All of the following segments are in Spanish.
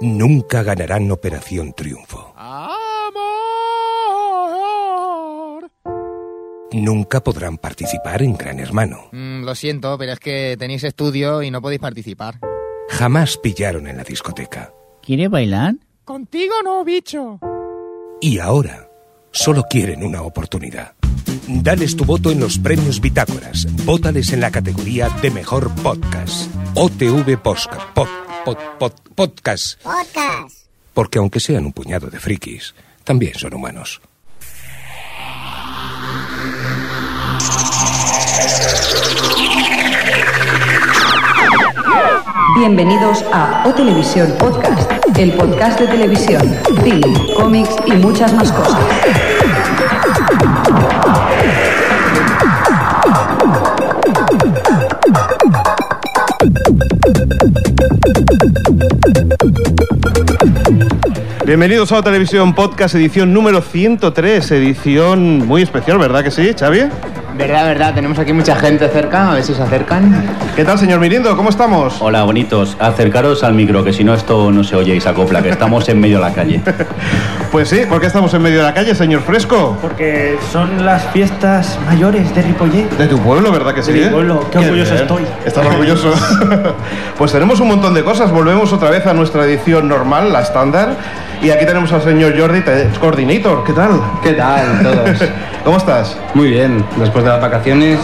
nunca ganarán Operación Triunfo. Amor. Nunca podrán participar en Gran Hermano. Mm, lo siento, pero es que tenéis estudio y no podéis participar. Jamás pillaron en la discoteca. ¿Quiere bailar? Contigo no, bicho. Y ahora solo quieren una oportunidad. Dales tu voto en los premios Bitácoras. Vótales en la categoría de mejor podcast. OTV Posca, pod, pod, pod, Podcast. Podcast. Porque aunque sean un puñado de frikis, también son humanos. Bienvenidos a O Televisión Podcast, el podcast de televisión, film, cómics y muchas más cosas. Bienvenidos a la Televisión Podcast, edición número 103, edición muy especial, ¿verdad que sí, Xavi? Verdad, verdad, tenemos aquí mucha gente cerca, a ver si se acercan. Oh. ¿Qué tal, señor Mirindo? ¿Cómo estamos? Hola, bonitos. Acercaros al micro, que si no esto no se oye y se acopla, que estamos en medio de la calle. Pues sí, porque estamos en medio de la calle, señor Fresco. Porque son las fiestas mayores de Ripollet. De tu pueblo, ¿verdad que sí? eh? mi pueblo, qué orgulloso bien. estoy. Estás orgulloso. pues tenemos un montón de cosas. Volvemos otra vez a nuestra edición normal, la estándar. Y aquí tenemos al señor Jordi, te- coordinator. ¿Qué tal? ¿Qué tal todos? ¿Cómo estás? Muy bien, después de las vacaciones,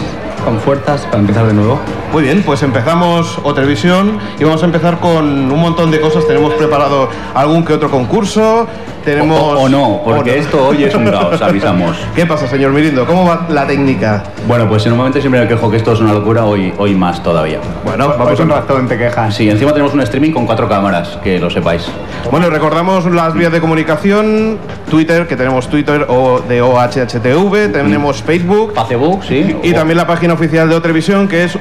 con fuerzas para empezar de nuevo. Muy bien, pues empezamos otra visión y vamos a empezar con un montón de cosas. Tenemos preparado algún que otro concurso. O, Tenemos. o- o no, porque o no. esto hoy es un caos, avisamos. ¿Qué pasa, señor Mirindo? ¿Cómo va la técnica? Bueno, pues normalmente siempre me quejo que esto es una locura, hoy, hoy más todavía. Bueno, pues vamos a razón te quejas. Ah, Sí, encima tenemos un streaming con cuatro cámaras, que lo sepáis. Bueno, recordamos las vías de comunicación, Twitter, que tenemos Twitter o de OHHTV, tenemos Facebook Facebook, sí. y o- también la página oficial de Otrevisión que es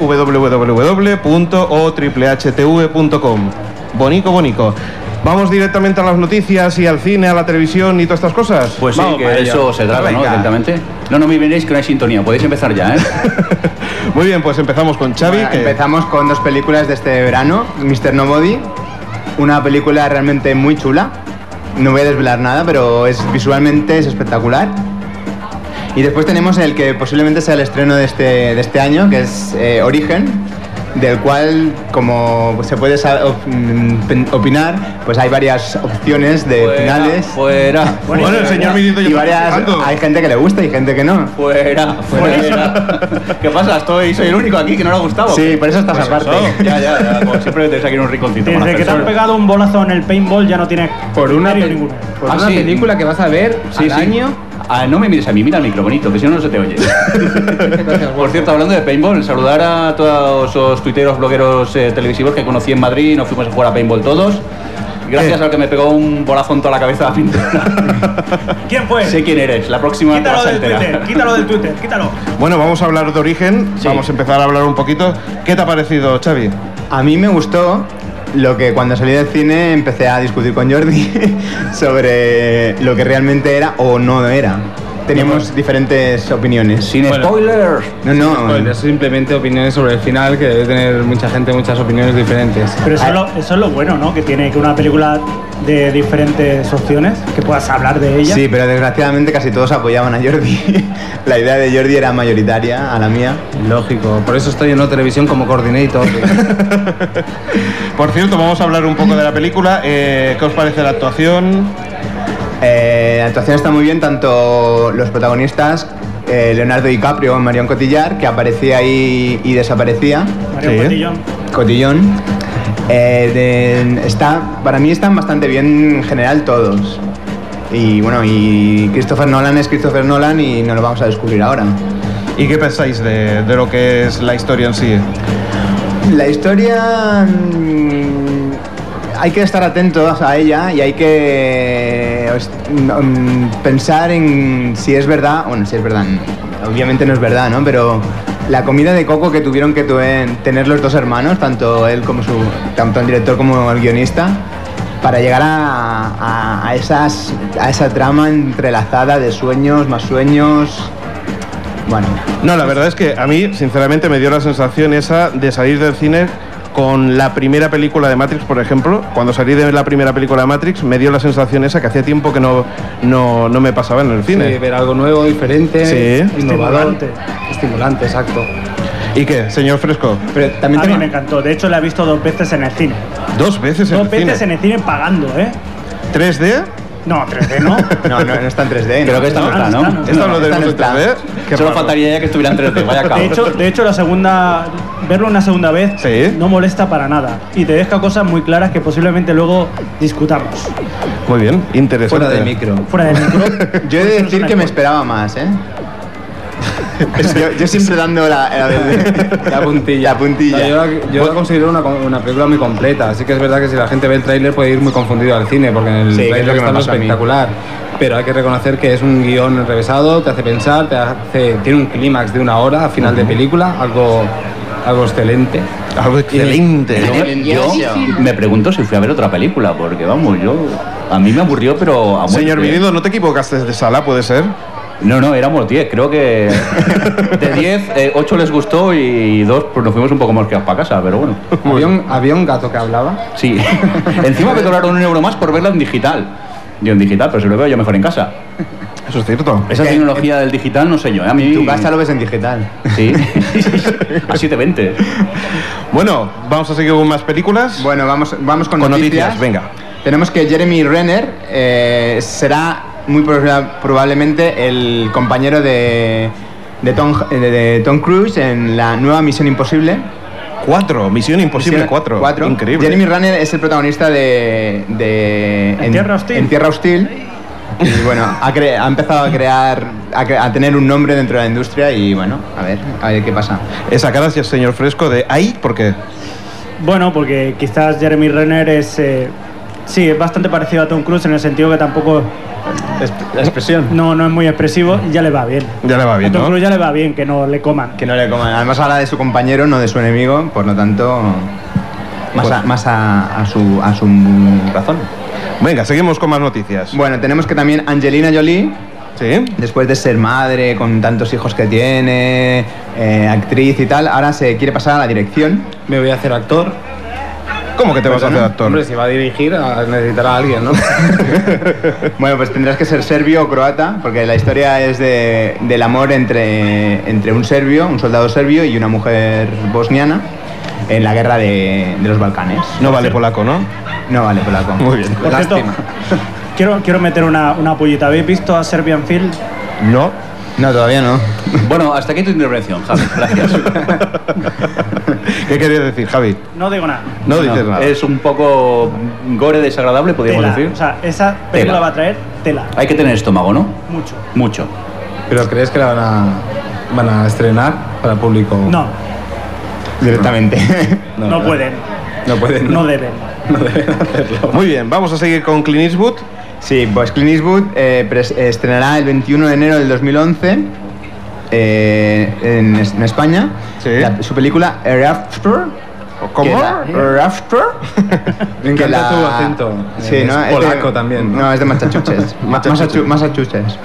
www.otriplehtv.com. Bonico, bonico. Vamos directamente a las noticias y al cine, a la televisión y todas estas cosas. Pues sí, Vamos que para de eso ello. se trata, ¿no? Venga. Directamente. No, no me veréis que no hay sintonía, podéis empezar ya, ¿eh? Muy bien, pues empezamos con Xavi. Bueno, que- Empezamos con dos películas de este verano, Mr. Nobody, una película realmente muy chula. No voy a desvelar nada, pero es visualmente es espectacular. Y después tenemos el que posiblemente sea el estreno de este, de este año, que es eh, Origen, del cual, como se puede sa- op- mm, pen- opinar, pues hay varias opciones de finales. Fuera, Bueno, el señor Mirindo ya Y está varias, empezando. hay gente que le gusta y gente que no. fuera, fuera. ¿Qué pasa? Estoy, soy el único aquí que no le ha gustado. Pues Sí, por eso estás aparte. Eso, Ya, ya, ya. Como siempre tenéis aquí un rinconcito. para Desde que te hacer han sol. pegado un bolazo en el paintball ya no tienes Por una, criterio pel- ninguno. por Ah, Pues una sí. película que vas a ver Sí, al sí. año. Ah, no me mires a mí, mira al micro, bonito, que si no, no se te oye. Por cierto, hablando de paintball, saludar a todos esos tuiteros, blogueros eh, televisivos que conocí en Madrid, nos fuimos a jugar a paintball todos. Gracias Eh. al que me pegó un bolazo en toda la cabeza la pintura. ¿Quién fue? sé quién eres, la próxima te Quítalo vas a del Twitter, enterar. quítalo del Twitter, quítalo. Bueno, vamos a hablar de origen. Sí. Vamos a empezar a hablar un poquito. ¿Qué te ha parecido, Xavi? A mí me gustó lo que cuando salí del cine empecé a discutir con Jordi sobre lo que realmente era o no era. Teníamos diferentes opiniones. Sin spoilers. no, no. Spoilers, simplemente opiniones sobre el final, que debe tener mucha gente muchas opiniones diferentes. Ah, Pero eso es, lo, eso es lo bueno, ¿no? Que tiene que una película de diferentes opciones, que puedas hablar de ella. Sí, pero desgraciadamente casi todos apoyaban a Jordi. La idea de Jordi era mayoritaria a la mía. Lógico, por eso estoy en la televisión como coordinator. Por cierto, vamos a hablar un poco de la película. Eh, ¿Qué os parece la actuación? Eh, la actuación está muy bien, tanto los protagonistas, eh, Leonardo DiCaprio, Marion Cotillard, que aparecía ahí y desaparecía. Mario Sí, ¿eh? Cotillón. Cotillón. Eh, de- está, para mí están bastante bien en general todos. Y bueno, y Christopher Nolan es Christopher Nolan y no lo vamos a descubrir ahora. ¿Y qué pensáis de, de lo que es la historia en sí? La historia... mm, hay que estar atentos a ella y hay que eh, est- mm, pensar en si es verdad, bueno, si es verdad, no. obviamente no es verdad, ¿no? Pero la comida de coco que tuvieron que tuen- tener los dos hermanos, tanto él como su, tanto el director como el guionista, para llegar a, a- a esas, a esa trama entrelazada de sueños, más sueños, bueno, No, la verdad es que a mí, sinceramente, me dio la sensación esa de salir del cine con la primera película de Matrix, por ejemplo. Cuando salí de la primera película de Matrix, me dio la sensación esa que hacía tiempo que no, no, no me pasaba en el Sí, cine. Eh, ver algo nuevo, diferente, Sí. innovador. Estimulante. Estimulante, exacto. ¿Y qué, señor Fresco? Pero también A mí me tengo... encantó. De hecho, la he visto dos veces en el cine. Dos veces en Dos el cine. veces en el cine pagando, ¿eh? 3D. No, 3D no. No, no, no está en 3D. Creo que esta no Ah, no está, está, no ¿no? está. Esta no, lo esta tenemos no en está. 3D. Qué Solo raro. faltaría ya que estuviera en 3D, vaya De cabrón. hecho, de hecho, la segunda. Verlo una segunda vez Sí. no molesta para nada. Y te deja cosas muy claras que posiblemente luego discutamos. Muy bien, interesante. Fuera de micro. Fuera del micro. Yo he de Eso no es decir una que me cosa. esperaba más, ¿eh? yo, yo siempre dando la, la- La puntilla. La puntilla. No, yo la, yo la considero una, com- una película muy completa. Así que es verdad que si la gente ve el tráiler puede ir muy confundido al cine, porque en el Sí, que es lo tráiler que me está lo pasa a mí. espectacular. Pero hay que reconocer que es un guión enrevesado, te hace pensar, te hace, tiene un clímax de una hora a final de película, algo, algo excelente. Algo excelente. Yo- ¿no? yo me pregunto si fui a ver otra película, porque vamos, yo. A mí me aburrió, pero. a muerte. Señor Vinido, ¿no te equivocaste de sala, puede ser? No, no, éramos 10. Creo que de 10, 8 les gustó y 2 pues nos fuimos un poco mosqueados para casa, pero bueno. Había un, había un gato que hablaba. Sí. Encima me cobraron un euro más por verla en digital. Yo en digital, pero si lo veo yo mejor en casa. Eso es cierto. Esa tecnología del digital, no sé yo. ¿eh? A mí. Tu casa lo ves en digital. Sí. A 720. Bueno, vamos a seguir con más películas. Bueno, vamos, vamos con, Con noticias, venga. Tenemos que Jeremy Renner eh, será muy proba- probablemente el compañero de, de, Tom, eh, de- de Tom Cruise en la nueva Misión Imposible. Cuatro, Misión Imposible Misión- 4. cuatro. Increíble. Jeremy Renner es el protagonista de... de- En Tierra Hostil. En Tierra Hostil. Y bueno, ha, cre- ha empezado a crear, a, cre- a tener un nombre dentro de la industria y bueno, a ver, a ver qué pasa. Esa cara, sí, señor Fresco, de ahí, porque Bueno, porque quizás Jeremy Renner es. eh, sí, es bastante parecido a Tom Cruise en el sentido que tampoco. La expresión. No, no es muy expresivo y ya le va bien. ya le va A bien, Tom ¿no? Cruise ya le va bien que no le coman. Que no le coman. Además habla de su compañero, no de su enemigo, por lo tanto. Más, a, más a, a su, a su razón. Venga, seguimos con más noticias. Bueno, tenemos que también Angelina Jolie, Sí. después de ser madre con tantos hijos que tiene, eh, actriz y tal, ahora se quiere pasar a la dirección. Me voy a hacer actor. ¿Cómo que te vas a hacer Perdona, actor? Hombre, si va a dirigir, a- necesitará a alguien, ¿no? Bueno, pues tendrás que ser serbio o croata, porque la historia es de- del amor entre, entre un serbio, un soldado serbio y una mujer bosniana en la guerra de, de los Balcanes. No vale polaco, ¿no? No vale, polaco. Muy bien. Por cierto, Lástima. quiero, quiero meter una, una pullita. ¿Habéis visto a Serbian Field? No. No, todavía no. Bueno, hasta aquí tu intervención, Javi. Gracias. ¿Qué querías decir, Javi? No digo nada. No dices nada. Es un poco gore desagradable, podríamos Tela. decir. O sea, esa película Tela. va a traer tela. Hay que tener estómago, ¿no? Mucho. Mucho. ¿Pero crees que la van a, van a estrenar para público? No, Directamente. no, ¿verdad? pueden. No pueden. No deben. no deben hacerlo. Muy bien, vamos a seguir con Clint Eastwood. sí, pues Clint Eastwood eh, pres- estrenará el 21 de enero del 2011 eh, en, es- en España Sí. la- su película Hereafter. ¿Cómo? que la- Hereafter. Me que encanta la- tu acento. Sí, Es ¿no? Es de- polaco también. No, es de Massachusetts. Ma- Massachu- Massachusetts.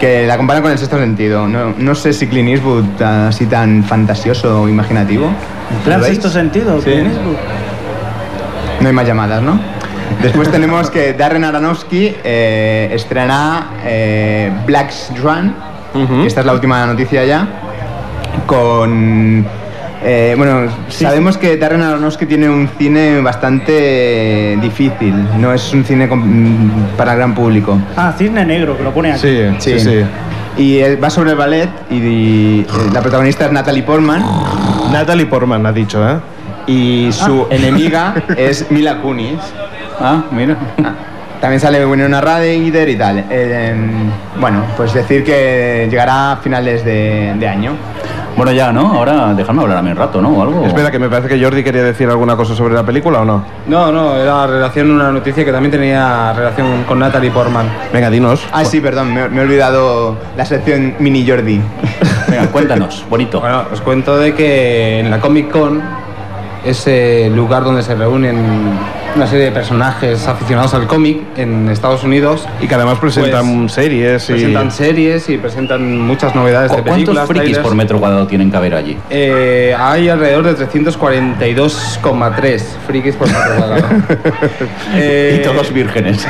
que la comparan con el sexto sentido. No, no sé si Clint Eastwood así tan fantasioso o imaginativo. ¿Le ¿Lo has veis? visto sentido? Sí. Clint Eastwood? No hay más llamadas, ¿no? Después tenemos que Darren Aronofsky eh, estrena eh, Black's Run, Ujú. que esta es la última noticia ya, con... eh, bueno, sabemos que Darren Aronofsky tiene un cine bastante difícil, no es un cine con- para gran público. Ah, Cisne Negro, que lo pone aquí. Sí, sí, sí. Y eh, va sobre el ballet y, y, eh, la protagonista es Natalie Portman Natalie Portman ha dicho, ¿eh? y su Ah. enemiga es Mila Kunis. Ah, mira. Ah, También sale Winona Ryder y tal. Eh, em, bueno, pues decir que llegará a finales de, de año. Bueno, ya, ¿no? Ahora dejadme hablar a mí un rato, ¿no? O Oh. algo. Espera, que me parece que Jordi quería decir alguna cosa sobre la película o no. No, no, era relación una noticia que también tenía relación con Natalie Portman. Venga, dinos. Ah, sí, perdón, me, me he olvidado la sección Mini Jordi. Venga, cuéntanos. Bonito. Bueno, os cuento de que en la Comic Con, ese lugar donde se reúnen una serie de personajes aficionados al cómic en Estados Unidos. Y que además presentan Pues, series y... Presentan series y presentan muchas novedades de ¿Cu- ¿Cuántos películas. frikis trailers. por metro cuadrado tienen que haber allí? Eh, hay alrededor de 342,3 frikis por metro cuadrado. Eh, Y todos vírgenes.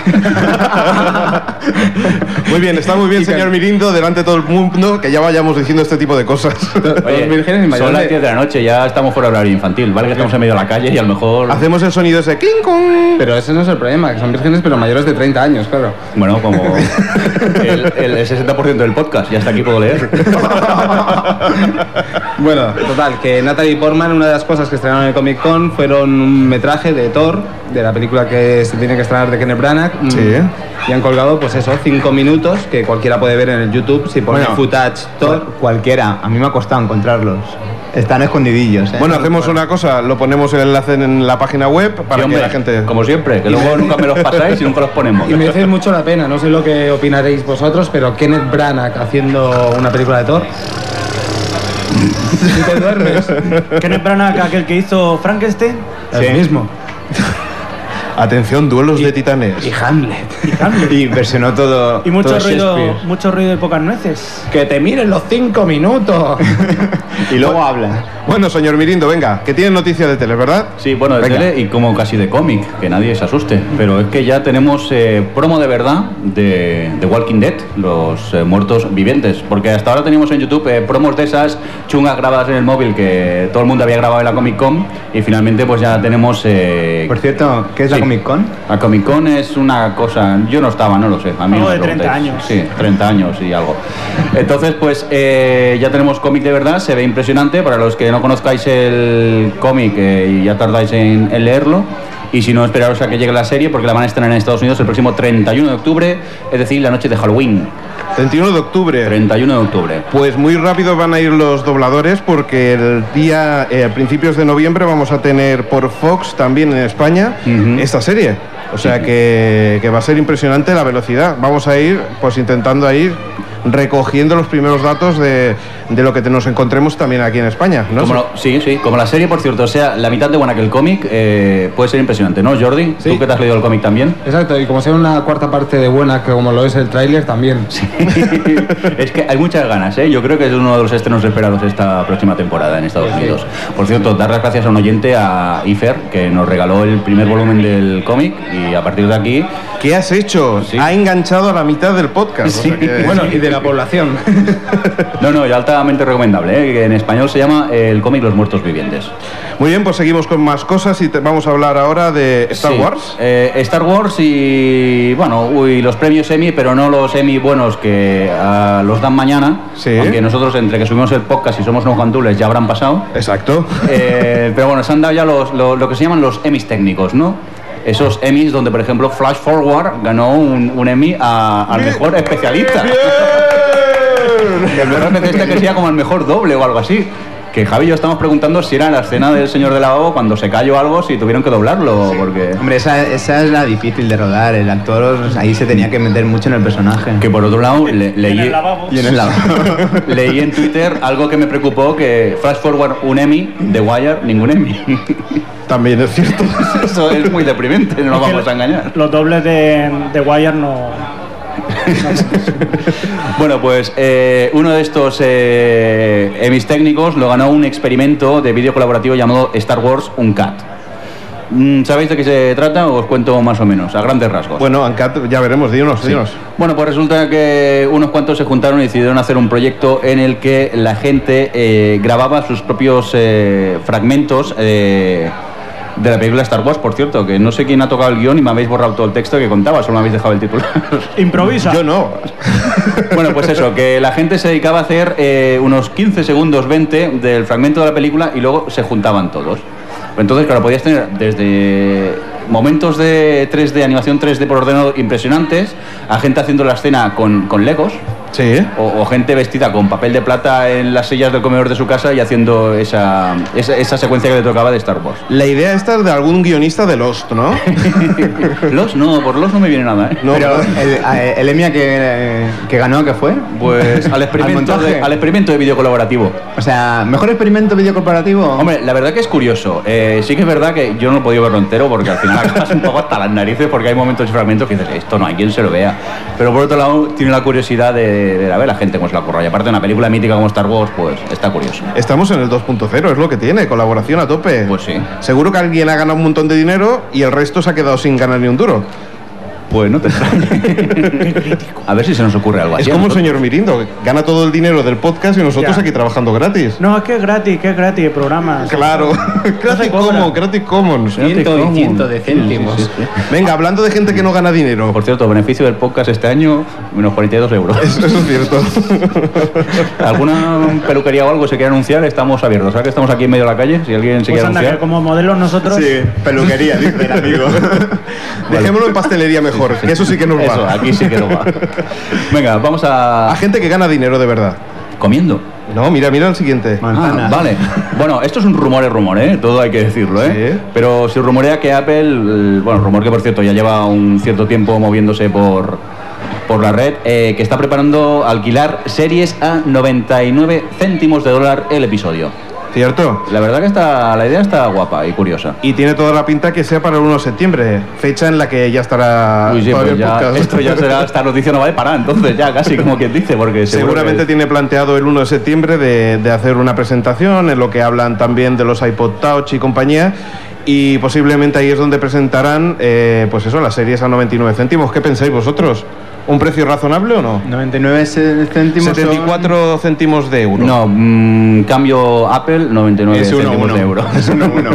Muy bien, está muy bien, señor Mirindo, delante de todo el mundo, que ya vayamos diciendo este tipo de cosas. Oye, todos vírgenes y son mayores las de- 10 de la noche, ya estamos fuera de horario infantil, ¿vale? Que estamos en medio de la calle y a lo mejor... Hacemos el sonido ese clink clon. Pero ese no es el problema, que son vírgenes pero mayores de 30 años, claro. Bueno, como el, el 60% del podcast, ya hasta aquí puedo leer. Bueno, total, que Natalie Portman, una de las cosas que estrenaron en el Comic Con fueron un metraje de Thor, de la película que se tiene que estrenar de Kenneth Branagh. mm, Sí. Y han colgado, pues eso, cinco minutos que cualquiera puede ver en el YouTube si pone Bueno. footage Cual- Thor. Cualquiera, a mí me ha costado encontrarlos. Están escondidillos, ¿eh? Bueno, hacemos una cosa, lo ponemos el enlace en la página web para Sí, que hombre, la gente... Como siempre, que luego nunca me los pasáis y nunca los ponemos. Y merece mucho la pena, no sé lo que opinaréis vosotros, pero Kenneth Branagh haciendo una película de Thor. Si te duermes, Kenneth Branagh, aquel que hizo Frankenstein es lo mismo. Atención, duelos de titanes. Y Hamlet. y Hamlet. Y versionó todo. Y mucho todo ruido, Shakespeare. mucho ruido y pocas nueces. Que te miren los cinco minutos. Y luego habla. Bueno, señor Mirindo, venga, que tienen noticia de tele, ¿verdad? Sí, bueno, de Venga. tele y como casi de cómic, que nadie se asuste. Pero es que ya tenemos eh, promo de verdad de, de Walking Dead, los eh, muertos vivientes. Porque hasta ahora teníamos en YouTube eh, promos de esas chungas grabadas en el móvil que todo el mundo había grabado en la Comic Con. Y finalmente, pues ya tenemos. eh, Por cierto, ¿qué es la Sí. Comic Con? La Comic Con es una cosa, yo no estaba, no lo sé. A mí Algo no me de 30 preguntéis. años. Sí, 30 años y algo. Entonces, pues eh, ya tenemos cómic de verdad, se ve impresionante. Para los que no conozcáis el cómic eh, y ya tardáis en, en leerlo. Y si no, esperaros a que llegue la serie porque la van a estrenar en Estados Unidos el próximo 31 de octubre, es decir, la noche de Halloween. 21 de octubre. 31 de octubre. Pues muy rápido van a ir los dobladores porque el día, eh, a principios de noviembre, vamos a tener por Fox también en España Ujú. esta serie. O sea que, que va a ser impresionante la velocidad. Vamos a ir pues intentando ir recogiendo los primeros datos de, de lo que te- nos encontremos también aquí en España. ¿no? Como lo- sí, sí, como la serie, por cierto, o sea, la mitad de buena que el cómic, eh, puede ser impresionante, ¿no, Jordi? Sí. Tú que te has leído el cómic también. Exacto, y como sea una cuarta parte de buena, que como lo es el tráiler también. es que hay muchas ganas, ¿eh? Yo creo que es uno de los estrenos esperados esta próxima temporada en Estados Unidos. Por cierto, dar las gracias a un oyente, a Ifer, que nos regaló el primer volumen del cómic y a partir de aquí... ¿Qué has hecho? Sí. Ha enganchado a la mitad del podcast. o sea Sí. que- Bueno, y de la población. No, no, y altamente recomendable, ¿eh? Que en español se llama eh, El cómic Los Muertos Vivientes. Muy bien, pues seguimos con más cosas y te- vamos a hablar ahora de Star Sí. Wars. Eh, Star Wars y, bueno, uy, los premios Emmy, pero no los Emmy buenos que ah, los dan mañana. Sí. Aunque nosotros, entre que subimos el podcast y somos no cantules, ya habrán pasado. Exacto. Eh, pero bueno, se han dado ya los, lo, lo que se llaman los Emmys técnicos, ¿no? Esos Emmys donde, por ejemplo, Flash Forward ganó un, un Emmy a- al mejor eh, especialista. ¡Bien! El mejor especialista que sea como el mejor doble o algo así. Que Javi y yo estamos preguntando si era la escena del señor de la O cuando se cayó algo, si tuvieron que doblarlo, porque... Hombre, esa, esa es la difícil de rodar. El actor ahí se tenía que meter mucho en el personaje. Que por otro lado, le- En leí, el lavabo. Y en el lado. leí en Twitter algo que me preocupó, que Flash Forward un Emmy, The Wire ningún Emmy. También es cierto. Eso es muy deprimente, no nos vamos a engañar. Los dobles de, de Wire no. Bueno, pues eh, uno de estos eh, Emmys técnicos lo ganó un experimento de vídeo colaborativo llamado Star Wars Uncut. Mm, ¿Sabéis de qué se trata? Os cuento más o menos, a grandes rasgos. Bueno, Ancat, ya veremos, dinos, dinos. Bueno, pues resulta que unos cuantos se juntaron y decidieron hacer un proyecto en el que la gente eh, grababa sus propios eh, fragmentos eh, de la película Star Wars, por cierto, que no sé quién ha tocado el guión y me habéis borrado todo el texto que contaba, solo me habéis dejado el titular. Improvisa. Yo no. Bueno, pues eso, que la gente se dedicaba a hacer eh, unos 15 segundos, 20 del fragmento de la película y luego se juntaban todos. Entonces, claro, podías tener desde momentos de 3D, animación 3D por ordenador impresionantes, a gente haciendo la escena con, con Legos, Sí. O, o gente vestida con papel de plata en las sillas del comedor de su casa y haciendo esa, esa, esa secuencia que le tocaba de Star Wars. La idea esta es de algún guionista de Lost, ¿no? Los no, por los no me viene nada, ¿eh? No, Pero ¿verdad? el, a- el Emmy que, que ganó, ¿qué fue? Pues al experimento, montaje? de, al experimento de video colaborativo. O sea, mejor experimento video corporativo. Hombre, la verdad que es curioso. Eh, sí que es verdad que yo no he podido verlo entero porque al final acabas un poco hasta las narices porque hay momentos y fragmentos que dices, esto no hay quien se lo vea. Pero por otro lado, tiene la curiosidad de, de, a ver la gente cómo se la ocurra. Y aparte, una película mítica como Star Wars, pues está curioso. Estamos en el 2.0, es lo que tiene, colaboración a tope. Pues sí. Seguro que alguien ha ganado un montón de dinero y el resto se ha quedado sin ganar ni un duro. Pues no te extrañes. a ver si se nos ocurre algo Es así. como el Nosotros- señor Mirindo, que gana todo el dinero del podcast y nosotros Ya. aquí trabajando gratis. No, es que es gratis, que es gratis el programa. Claro, Creative cobra. Commons, Creative Commons. Ciento y ciento de céntimos. Venga, hablando de gente que no gana dinero. Por cierto, beneficio del podcast este año, menos 42 euros. Eso, eso es cierto. ¿Alguna peluquería o algo se quiere anunciar? Estamos abiertos. Ahora que estamos aquí en medio de la calle, si alguien se Pues quiere anda, que anunciar. como modelos nosotros. Sí, peluquería, dice el amigo. Dejémoslo en pastelería mejor, que eso sí que nos va. Eso, aquí sí que no va. Venga, vamos A a... gente que gana dinero de verdad. Comiendo. No, mira, mira el siguiente. Ah, vale. Bueno, esto es un rumor, es rumor, ¿eh? Todo hay que decirlo, ¿eh? Sí. Pero se rumorea que Apple, el- bueno, rumor que por cierto ya lleva un cierto tiempo moviéndose por, por la red, eh, que está preparando alquilar series a 99 céntimos de dólar el episodio. ¿Cierto? La verdad que está, la idea está guapa y curiosa. Y tiene toda la pinta que sea para el 1 de septiembre, fecha en la que ya estará Uy, Ah, sí, todavía pues el ya- podcast. esto ya será, esta noticia no vale para nada, entonces ya casi como quien dice, porque seguro que- Seguramente tiene planteado el 1 de septiembre de, de hacer una presentación en lo que hablan también de los iPod Touch y compañía. Y posiblemente ahí es donde presentarán, eh, pues eso, las series a 99 céntimos. ¿Qué pensáis vosotros? ¿Un precio razonable o no? 99 ce- céntimos. son- 74 céntimos de euro. No, mm, cambio Apple 99 Es uno, céntimos uno. de euro. Es uno, uno.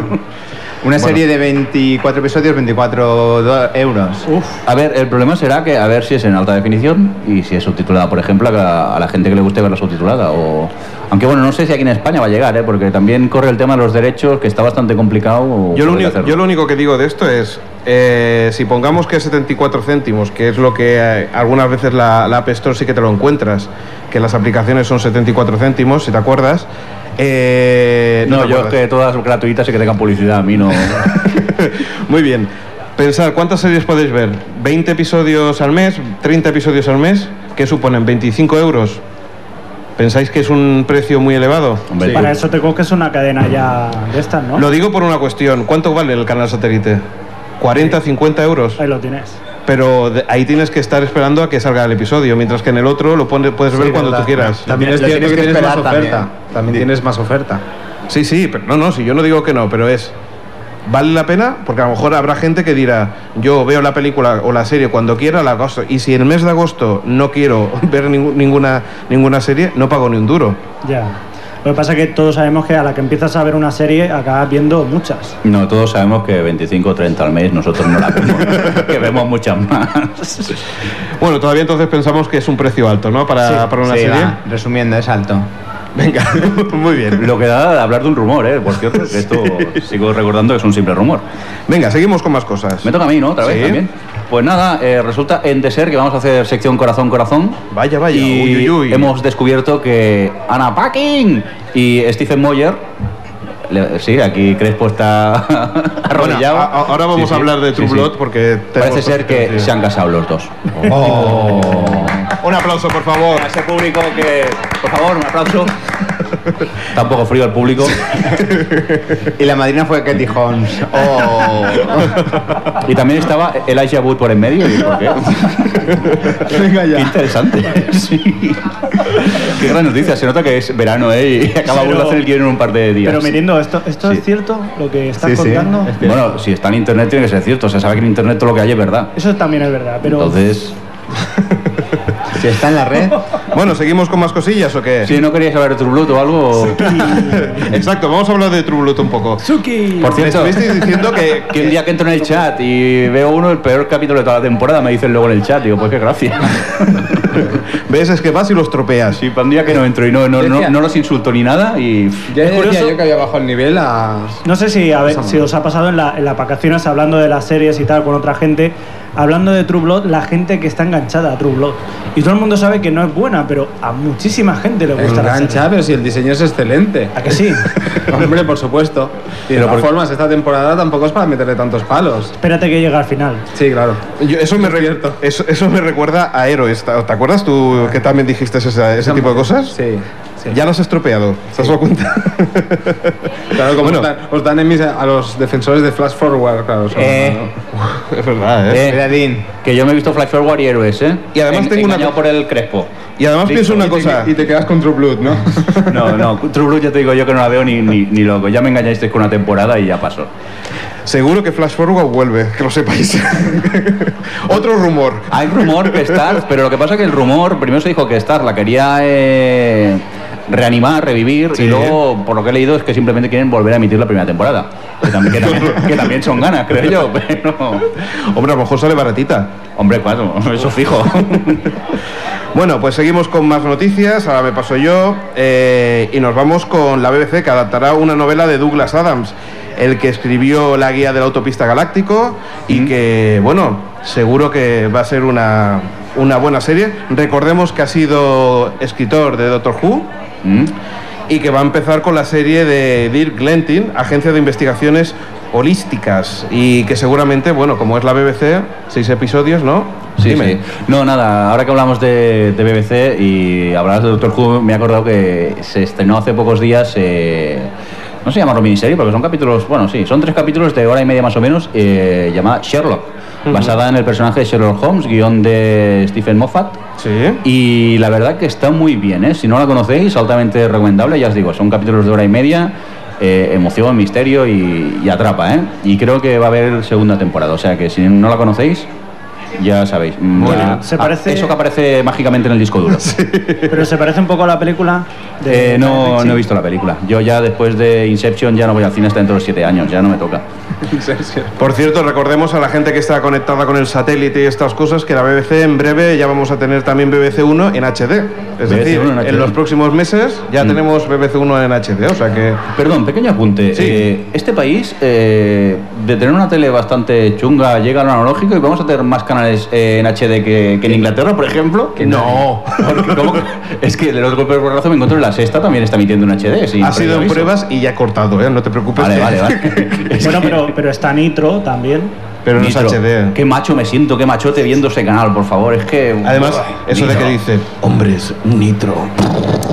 Una serie de 24 episodios, 24 do- euros. A ver, el problema será que a ver si es en alta definición y si es subtitulada, por ejemplo, a la, a la gente que le guste verla subtitulada. O... Aunque bueno, no sé si aquí en España va a llegar, ¿eh? porque también corre el tema de los derechos, que está bastante complicado. Yo lo, poder único, hacerlo. yo lo único que digo de esto es, eh, si pongamos que es 74 céntimos, que es lo que eh, algunas veces la, la App Store sí que te lo encuentras, que las aplicaciones son 74 céntimos, si te acuerdas. eh, No, te yo es acuerdas. que todas gratuitas y que tengan publicidad, a mí no. Muy bien. Pensar, ¿cuántas series podéis ver? ¿20 episodios al mes? ¿30 episodios al mes? ¿Qué suponen? ¿25 euros? ¿Pensáis que es un precio muy elevado? Hombre, Para eso te coges una cadena ya de estas, ¿no? Lo digo por una cuestión. ¿Cuánto vale el canal satélite? ¿40, 50 euros? Ahí lo tienes. Pero de- ahí tienes que estar esperando a que salga el episodio, mientras que en el otro lo pone- puedes ver cuando tú quieras. También es Lo cierto tienes que que tienes más esperar oferta. también. También Sí. tienes más oferta. Sí, sí, pero no, no, si yo no digo que no, pero es. ¿Vale la pena? Porque a lo mejor habrá gente que dirá, yo veo la película o la serie cuando quiera, la agosto. Y si el mes de agosto no quiero ver ningú- ninguna, ninguna serie, no pago ni un duro. Ya. Lo que pasa es que todos sabemos que a la que empiezas a ver una serie acabas viendo muchas. No, todos sabemos que 25 o 30 al mes nosotros no la vemos, que vemos muchas más. Bueno, todavía entonces pensamos que es un precio alto, ¿no? Ah, Para, para una Sí, serie. va, resumiendo, es alto. Venga, muy bien. Lo que da de hablar de un rumor, ¿eh? Por cierto, que esto sigo recordando que es un simple rumor. Venga, seguimos con más cosas. Me toca a mí, ¿no? Otra vez Sí. también. Pues nada, eh, resulta en de ser que vamos a hacer sección corazón corazón. Vaya, vaya, uy, Y uy, uy. hemos descubierto que Anna Packing y Stephen Moyer. le- sí, aquí Crespo está Bueno, arrodillado. a- a- ahora vamos Sí, sí, a hablar de sí, True sí. Blood porque Parece tenemos ser que decir. se han casado los dos. Oh. Un aplauso, por favor. A ese público que, por favor, un aplauso. Está un poco frío el público. Y la madrina fue Katie Holmes. Oh. Y también estaba Elijah Wood por en medio. ¿y por qué? Venga Qué interesante. Sí. Qué gran noticia. Se nota que es verano, ¿eh? Y acabamos Pero- de hacer el guión en un par de días. Pero mirando, ¿esto, esto Sí. es cierto? ¿Lo que estás Sí, sí. contando? Bueno, si está en internet tiene que ser cierto. Se sabe que en internet todo lo que hay es verdad. Eso también es verdad, pero... Entonces, Si está en la red, Bueno, ¿seguimos con más cosillas o qué? si no querías saber de True Blood o algo. Exacto, vamos a hablar de True Blood un poco. Suki. Por Me cierto, estuvisteis diciendo que, que un día que entro en el chat y veo uno, el peor capítulo de toda la temporada, me dicen luego en el chat. Digo, pues qué gracia. ves es que vas y los tropeas. Sí, para un día que no entro y no, no, no, no los insulto ni nada y. Ya decía curioso- yo que había bajado el nivel a... No sé si, a ver, si os ha pasado en, la- en las vacaciones hablando de las series y tal con otra gente, hablando de True Blood, la gente que está enganchada a True Blood. Y todo el mundo sabe que no es buena, pero a muchísima gente le gusta la Engancha, serie. pero si el diseño es excelente. ¿A que sí? Hombre, por supuesto. Y de Pero todas por- formas, esta temporada tampoco es para meterle tantos palos. Espérate que llega al final. Sí, claro. Yo- eso, me re- Cierto. eso, eso me recuerda a Héroes. ¿Te te acuerdas tú que también dijiste esa- ese tipo de cosas? Sí. sí. Ya los he estropeado, ¿te has dado cuenta? Claro, como Bueno. os, dan, os dan emis a a los defensores de Flash Forward, claro. son- Eh. ¿no? es verdad, ¿eh? Eh. Cuidadín. Que yo me he visto Flash Forward y héroes, ¿eh? Y además tengo una engañado co- por el Crespo. Y además pienso una Y te- cosa. Y te quedas con True Blood, ¿no? No, no, True Blue ya te digo yo que no la veo ni, ni, ni loco. Ya me engañasteis con una temporada y ya pasó. Seguro que Flash Forward vuelve, que lo sepáis. Otro rumor. Hay rumor que Stars, pero lo que pasa es que el rumor, primero se dijo que Stars la quería eh, reanimar, revivir, Sí. y luego, por lo que he leído, es que simplemente quieren volver a emitir la primera temporada. Que también, que también- que también son ganas, creo yo, pero... Hombre, a lo mejor sale baratita. Hombre, cuatro, eso fijo. Bueno, pues seguimos con más noticias, ahora me paso yo, eh, y nos vamos con la BBC, que adaptará una novela de Douglas Adams, el que escribió la guía de la autopista galáctico, y que, bueno, seguro que va a ser una, una buena serie. Recordemos que ha sido escritor de Doctor Who, ¿Mm? y que va a empezar con la serie de Dirk Glentin, Agencia de Investigaciones Holísticas, y que seguramente, bueno, como es la BBC, seis episodios, ¿no? Sí, Dime. sí. No, nada, ahora que hablamos de, de BBC y hablabas de Doctor Who, me he acordado que se estrenó hace pocos días. eh, no sé llamarlo miniserie, porque son capítulos. Bueno, sí, son tres capítulos de hora y media más o menos, eh, llamada Sherlock, basada en el personaje de Sherlock Holmes, guión de Stephen Moffat. Sí. Y la verdad que está muy bien, ¿eh? Si no la conocéis, altamente recomendable, ya os digo, son capítulos de hora y media, eh, emoción, misterio y, y atrapa, ¿eh? Y creo que va a haber segunda temporada, o sea que si no la conocéis, ya sabéis. Mm, Bueno, la- se ah, parece- Eso que aparece mágicamente en el disco duro. Pero se parece un poco a la película de. Eh, no, Ritchie. no he visto la película. Yo ya después de Inception ya no voy al cine hasta dentro de los siete años, ya no me toca. En serio. Por cierto, recordemos a la gente que está conectada con el satélite y estas cosas que la BBC en breve ya vamos a tener también BBC1 en HD. Es BBC1 decir, en en HD. los próximos meses ya Mm. tenemos BBC1 en HD, o sea que Perdón, pequeño apunte. Sí. Eh, este país, eh, de tener una tele bastante chunga, llega a lo analógico y vamos a tener más canales eh, en HD que, que en Inglaterra, por ejemplo. Que No. Porque ¿cómo que- es que de los golpes de borrazo me encuentro en la sexta también está emitiendo en HD. sin ha sido en previo aviso. pruebas y ya cortado, ¿eh? no te preocupes. Vale, que- vale, vale. Es Bueno, que- pero, pero está Nitro también. Pero no es Nitro, HD. Qué macho me siento, qué machote viendo ese canal, por favor. Es que. Además, eso de que dice dice, hombres, nitro.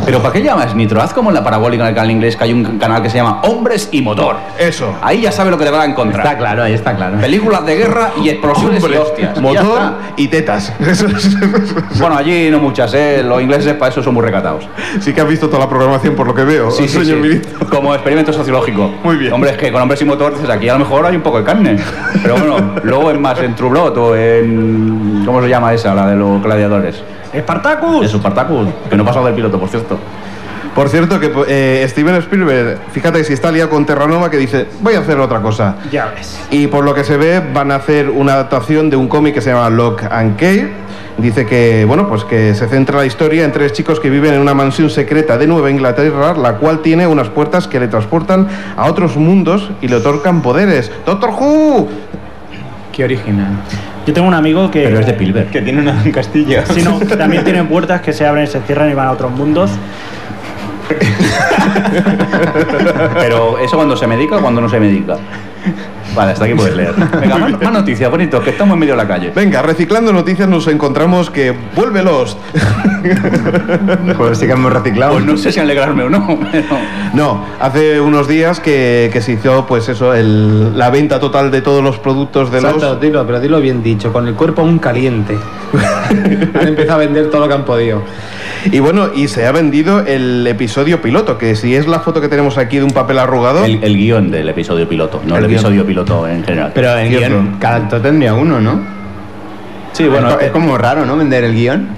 Pero ¿para qué llamas Nitro? Haz como en la parabólica en el canal inglés que hay un canal que se llama Hombres y Motor. Eso. Ahí ya sabe lo que te van a encontrar. Está claro, ahí está claro. Películas de guerra y explosiones y Hombre, hostias. Y ya Motor está. y tetas. Eso es- Bueno, allí no muchas, ¿eh? Los ingleses para eso son muy recatados. sí que has visto toda la programación por lo que veo, Oh, señor ministro. Como experimento sociológico. Muy bien. Hombre, es que con hombres y motor dices aquí a lo mejor hay un poco de carne. Pero bueno, luego en más en True Blood o en. ¿Cómo se llama esa? La de los gladiadores. ¡Espartacus! Eso, Spartacus. Que no he pasado del piloto, por cierto. Por cierto, que eh, Steven Spielberg, fíjate si está liado con Terranova, que dice, voy a hacer otra cosa. Ya ves. Y por lo que se ve, van a hacer una adaptación de un cómic que se llama Lock and Key. Dice que, bueno, pues que se centra la historia en tres chicos que viven en una mansión secreta de Nueva Inglaterra, la cual tiene unas puertas que le transportan a otros mundos y le otorgan poderes. ¡Doctor Who! Qué original. Yo tengo un amigo que. Pero es de Pilber. Que tiene una- un castillo. Sí, no, que también tienen puertas que se abren y se cierran y van a otros mundos. Pero eso cuando se medica o cuando no se medica. Vale, hasta aquí puedes leer. Venga, más, más noticias, bonito, que estamos en medio de la calle. Venga, reciclando noticias nos encontramos que vuelve Lost. Pues sí que hemos reciclado. Pues no sé si alegrarme o no, pero... No, hace unos días que, que se hizo pues eso, el- la venta total de todos los productos de Exacto, los... dilo, pero dilo bien dicho, con el cuerpo aún caliente. han empezado a vender todo lo que han podido. Y bueno, y se ha vendido el episodio piloto, que si es la foto que tenemos aquí de un papel arrugado, El, el guión del episodio piloto, no el, El guión. eh, episodio piloto en general. Pero el Cierto. eh, guión, cada actor tendría uno, ¿no? sí, bueno, eh, es, co- es como raro, ¿no? Vender el guión.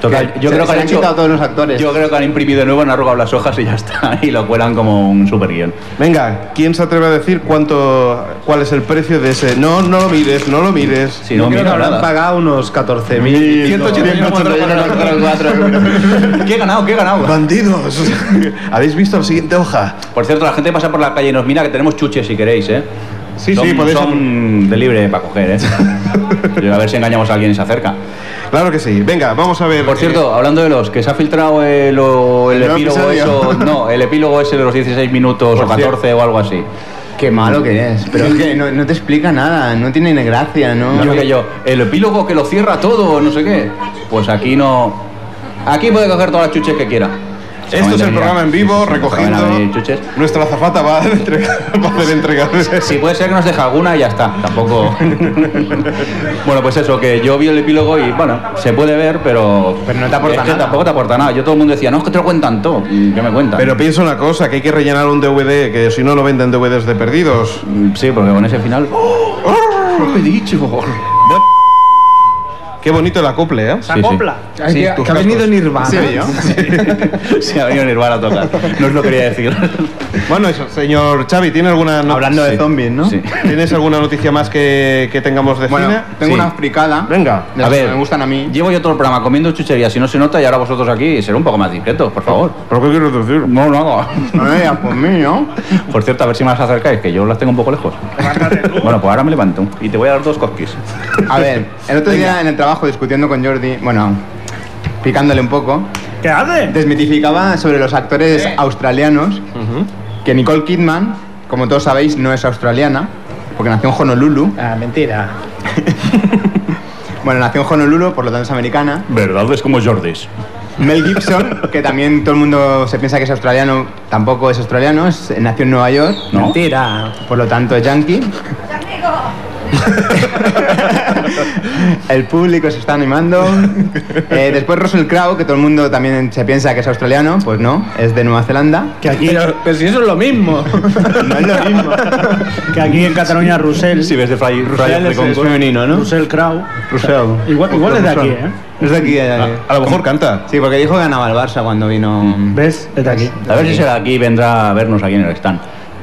total, yo Se- creo se que han han hecho- quitado todos los actores. Yo creo que han imprimido de nuevo, han arrugado las hojas y ya está, y lo cuelan como un super guión. venga, ¿quién se atreve a decir cuánto, cuál es el precio de ese? No, no lo mires, no lo mires. Si no, Yo creo que mira habrán nada. pagado unos 14.000. 181,444. ¿Qué he ganado? ¿Qué he ganado? ¡Bandidos! ¿Habéis visto la siguiente hoja? Por cierto, la gente pasa por la calle y nos mira que tenemos chuches si queréis, ¿eh? Sí, son, sí, podéis- Son de libre para coger, ¿eh? Yo, a ver si engañamos a alguien y se acerca. Claro que sí. Venga, vamos a ver. Por eh, cierto, hablando de los que se ha filtrado el, o- el El nuevo epílogo episodio. eso, no, el epílogo ese de los 16 minutos Por o 14 o algo así. Qué malo Ah, que es. Pero es que no, no te explica nada, no tiene ni gracia, ¿no? Yo que yo, el epílogo que lo cierra todo, no sé qué. Pues aquí no. Aquí puede coger todas las chuches que quiera. Esto es el Seguramente programa en venía- vivo, sí, sí, sí, recogiendo. van a venir chuches. Nuestra azafata va a, entregar, va a hacer entregar. Si puede ser que nos deje alguna, ya está. Tampoco. bueno, pues eso, que yo vi el epílogo y, bueno, se puede ver, pero. Pero no te aporta es que nada. tampoco te aporta nada. Yo todo el mundo decía, no, es que te lo cuentan todo. Y ¿Qué me cuentan? Pero pienso una cosa, que hay que rellenar un DVD, que si no, no venden DVDs de perdidos. Mm, Sí, porque con ese final. ¡Oh! he dicho! Qué bonito el acople, ¿eh? ¡Se Sí, sí. acopla! Ay, que- tus que ha cascos. venido Nirvana. Sí, yo. Se ha venido Nirvana a tocar. No os lo quería decir. Bueno, eso, señor Xavi, ¿tiene alguna no- Hablando de Sí. zombies, ¿no? Sí. ¿Tienes alguna noticia más que, que tengamos de Bueno, cine? tengo Sí. una fricada. Venga. de las A que ver, me gustan a mí. Llevo yo todo el programa comiendo chucherías, si no se nota, y ahora vosotros aquí, ser un poco más discretos, por favor. ¿Pero qué quieres decir? No, no hago. No digas por mí, ¿no? Por cierto, a ver si me las acercáis, que yo las tengo un poco lejos. Bueno, pues ahora me levanto y te voy a dar dos cosquis. A ver, el otro día en el trabajo discutiendo con Jordi, bueno, picándole un poco, ¿Qué hace? desmitificaba sobre los actores australianos que Nicole Kidman, como todos sabéis, no es australiana, porque nació en Honolulu. Ah, mentira. Bueno, nació en Honolulu, por lo tanto es americana. ¿Verdad? Es como Jordis. Mel Gibson, que también todo el mundo se piensa que es australiano, tampoco es australiano, es- nació en Nueva York, ¿No? Mentira. por lo tanto es yankee. El público se está animando. Eh, después Russell Crowe, que todo el mundo también se piensa que es australiano, pues no, es de Nueva Zelanda. Que aquí, Pero, pero si eso es lo mismo. No es lo mismo. que aquí en Cataluña Russell, Si ves de Fry, Fry Australia es, de es Concord. femenino, ¿no? Russell Crowe. Russell. Igual, igual es de aquí, ¿eh? Es de aquí. eh. Ah, A lo mejor canta. Sí, porque dijo que ganaba el Barça cuando vino. Mm. ¿Ves? Es de aquí. A ver si será aquí y vendrá a vernos aquí en el stand.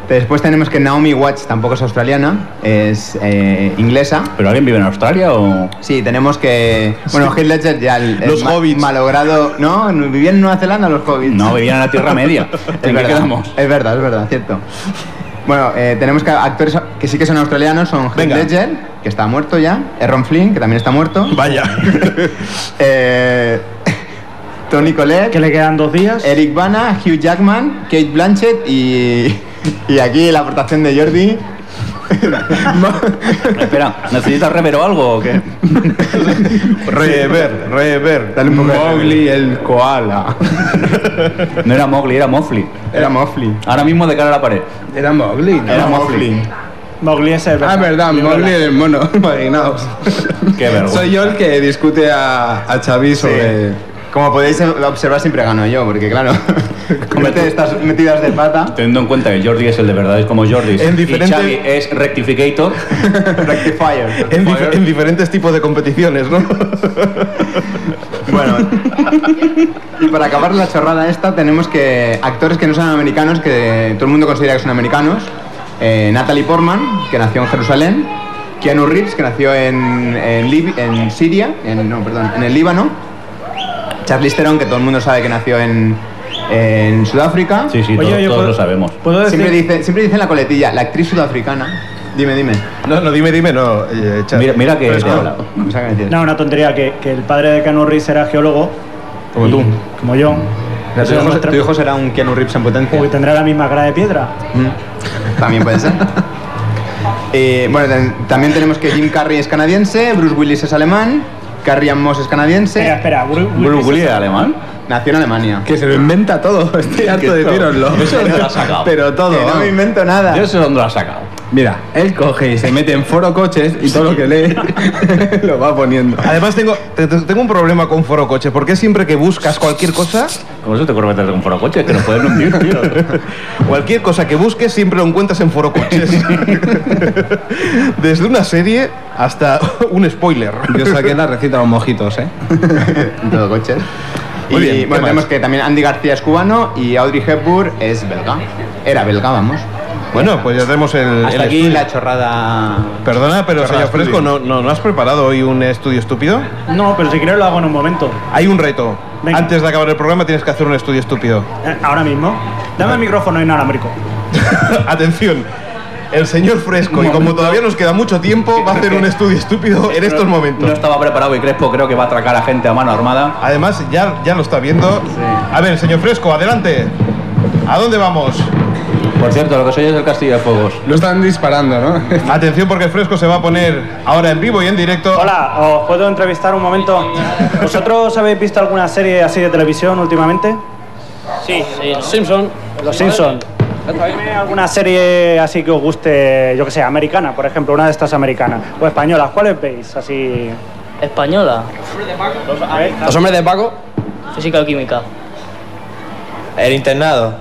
Después tenemos que Naomi Watts tampoco es australiana, es eh, inglesa. ¿Pero alguien vive en Australia o...? Sí, tenemos que. Bueno, Heath Ledger ya. El, el Los hobbits. Malogrado. No, vivían en Nueva Zelanda los hobbits. No, vivían en la Tierra Media. Es ¿En qué verdad, quedamos? Es verdad, es verdad, cierto. Bueno, eh, tenemos que actores que sí que son australianos son Heath Venga. Ledger, que está muerto ya, Erron Flynn, que también está muerto, Vaya. eh, Tony Collette, Que le quedan dos días. Eric Bana, Hugh Jackman, Kate Blanchett y, y aquí la aportación de Jordi. Espera, ¿necesitas rever o algo o qué? Rever, rever. Dale un poco de- Mowgli el koala. No era Mowgli, era Mofli. Era Mowgli. Ahora mismo de cara a la pared. Era Mowgli. ¿no? Era Mowgli. Mowgli ese, Ah, ¿verdad? verdad, Librola. Mowgli el mono. Imaginaos. Qué vergüenza. Soy yo el que discute a, a Xavi sobre. Sí. Como podéis observar, siempre gano yo, porque claro, comete estas metidas de pata. Teniendo en cuenta que Jordi es el de verdad, es como Jordi. En diferente- Y Xavi es Rectificator. Rectifier. En, dif- en diferentes tipos de competiciones, ¿no? Bueno, y para acabar la chorrada esta, tenemos que actores que no son americanos, que todo el mundo considera que son americanos. Eh, Natalie Portman, que nació en Jerusalén. Keanu Reeves, que nació en, en, Lib- en Siria, en, no, perdón, en el Líbano. Charlize Theron, que todo el mundo sabe que nació en, en Sudáfrica. Sí, sí, Oye, todos, yo todos puedo- lo sabemos. ¿Puedo decir? Siempre dice, siempre dice en la coletilla, la actriz sudafricana. Dime, dime. No, no, dime, dime, no. eh, Xavi. Mira, mira que Pero te es que- habla. No sé qué decir. No, una tontería, que, que el padre de Keanu Reeves era geólogo. Como y- tú. Como yo. Eso demuestra- será un Keanu Reeves en potencia. Uy, tendrá la misma cara de piedra. También puede ser. Eh, bueno, ten- también tenemos que Jim Carrey es canadiense, Bruce Willis es alemán, Carrie Ann Moss es Espera, canadiense, espera. Bru- Bru- Bruce Willis, alemán. nació en Alemania. Que se lo inventa todo. Estoy harto de todo. tiroslo. Eso te lo has sacado. Pero todo. Que no vamos. me invento nada. Yo sé dónde lo has sacado. Mira, él coge y se mete en foro coches y todo lo que lee lo va poniendo. Además tengo, te- te- tengo un problema con Foro Coche, porque siempre que buscas cualquier cosa, ¿Cómo se te ocurre meterte con foro coche? Que nos pueden hundir, tío. cualquier cosa que busques siempre lo encuentras en Foro Coches. Desde una serie hasta un spoiler. Yo saqué la receta de los mojitos, ¿eh? En todo coches. Muy y bien, ¿qué más? bueno, tenemos que también Andy García es cubano y Audrey Hepburn es belga. Era belga, vamos. Bueno, pues ya tenemos el... el Hasta aquí estudio. la chorrada. Perdona, pero Chorra señor Fresco, ¿no, no, no has preparado hoy un estudio estúpido? No, pero si quieres lo hago en un momento. Hay un reto. Venga. Antes de acabar el programa tienes que hacer un estudio estúpido. Eh, Ahora mismo. Dame el micrófono inalámbrico. Atención. El señor Fresco, y como todavía nos queda mucho tiempo, va a hacer un estudio estúpido en estos No momentos. estaba preparado y Crespo creo que va a atracar a gente a mano armada. Además, ya, ya lo está viendo. A ver, señor Fresco, adelante. ¿A dónde vamos? Por cierto, lo que soy es el Castillo de Fuegos. Lo están disparando, ¿no? Atención porque el Fresco se va a poner ahora en vivo y en directo. Hola, ¿os puedo entrevistar un momento? ¿Vosotros habéis visto alguna serie así de televisión últimamente? Sí, sí, los Simpson. Los Simpson. Dime ¿Alguna serie así que os guste, yo que sé, americana, por ejemplo, una de estas americanas? O españolas, ¿cuáles veis? Así. Eh, Española. Los hombres de Paco, Física o química. el internado.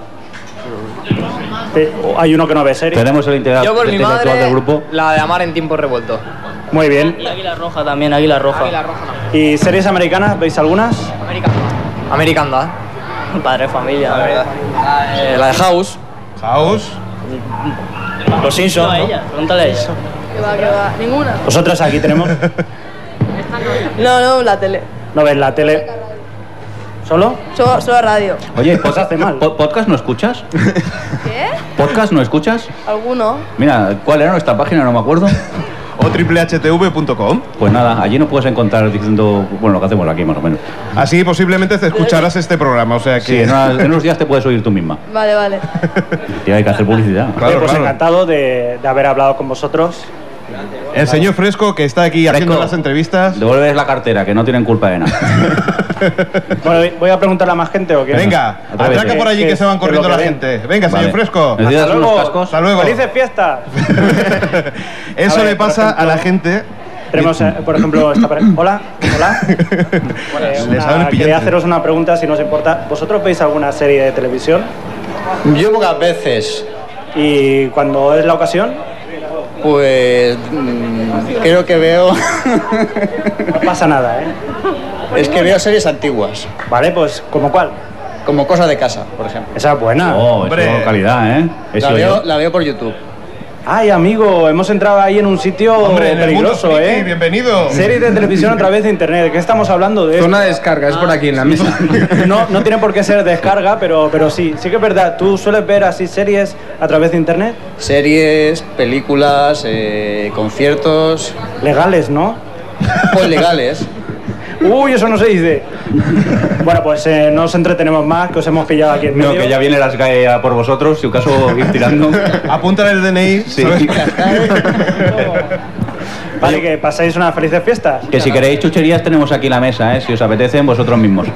Te- o hay uno que no ve serie. Tenemos el integrante Yo por mi intelectual madre, del grupo. la de amar en tiempo revuelto. Muy bien. Y Águila Roja también, Águila Roja. ¿Y series americanas? ¿Veis algunas? American Dad, Padre de familia. la verdad. Eh, la de House. House. Los Simpson. a ella, pregúntale eso. Nosotros aquí tenemos. No, no, la tele. ¿No ves la tele? ¿Solo? Solo, solo radio. Oye, Pues hace mal. po- ¿podcast no escuchas? ¿Qué? ¿Podcast no escuchas? ¿Alguno? Mira, ¿cuál era nuestra página? No me acuerdo. o triplehtv.com. Pues nada, allí no puedes encontrar diciendo, bueno, lo que hacemos aquí más o menos. Así posiblemente te escucharás este programa, o sea Sí, que... en, una- en unos días te puedes oír tú misma. Vale, vale. Y hay que hacer publicidad. Oye, Claro, pues claro. encantado de, de haber hablado con vosotros. El señor Fresco que está aquí haciendo las entrevistas. Devuelves la cartera, que no tienen culpa de nada. Bueno, voy a preguntarle a más gente o qué. Venga, Atrévete. atraca por allí Que- que se van que corriendo lo la que ven. gente. Venga, señor Vale. Fresco. Necesitas Hasta unos luego. cascos. Hasta luego. ¡Felices fiestas! Eso A ver, le por pasa ejemplo, a la gente. Tenemos, eh, por ejemplo, esta pre- Hola, hola. Eh, Les abre una- el pillante. quería haceros una pregunta, si no os importa. ¿Vosotros veis alguna serie de televisión? Yo pocas veces, Y cuando es la ocasión, pues. mm, creo que veo. no pasa nada, ¿eh? es que veo series antiguas, Vale, pues, ¿como cuál? como Cosa de Casa, por ejemplo. Esa es buena. Oh, Hombre. eso, calidad, ¿eh? Eso La veo, yo. la veo por YouTube. Ay, amigo, hemos entrado ahí en un sitio Hombre, en el mundo peligroso, friki, ¿eh? bienvenido. Series de televisión a través de internet. ¿Qué estamos hablando de? Zona de descarga, es por aquí en la mesa. esto? No, no tiene por qué ser descarga, pero, pero sí. Sí que es verdad. ¿Tú sueles ver así series a través de internet? Series, películas, eh, conciertos, Legales, ¿no? pues legales. Uy, eso no se dice. Bueno, pues eh, no os entretenemos más, que os hemos pillado aquí en medio. No, que ya viene la SGAE a por vosotros, si acaso ir tirando. Apuntan el DNI. ¿sabes? Vale, que paséis unas felices fiestas. Que si queréis chucherías tenemos aquí la mesa, ¿eh? si os apetecen vosotros mismos.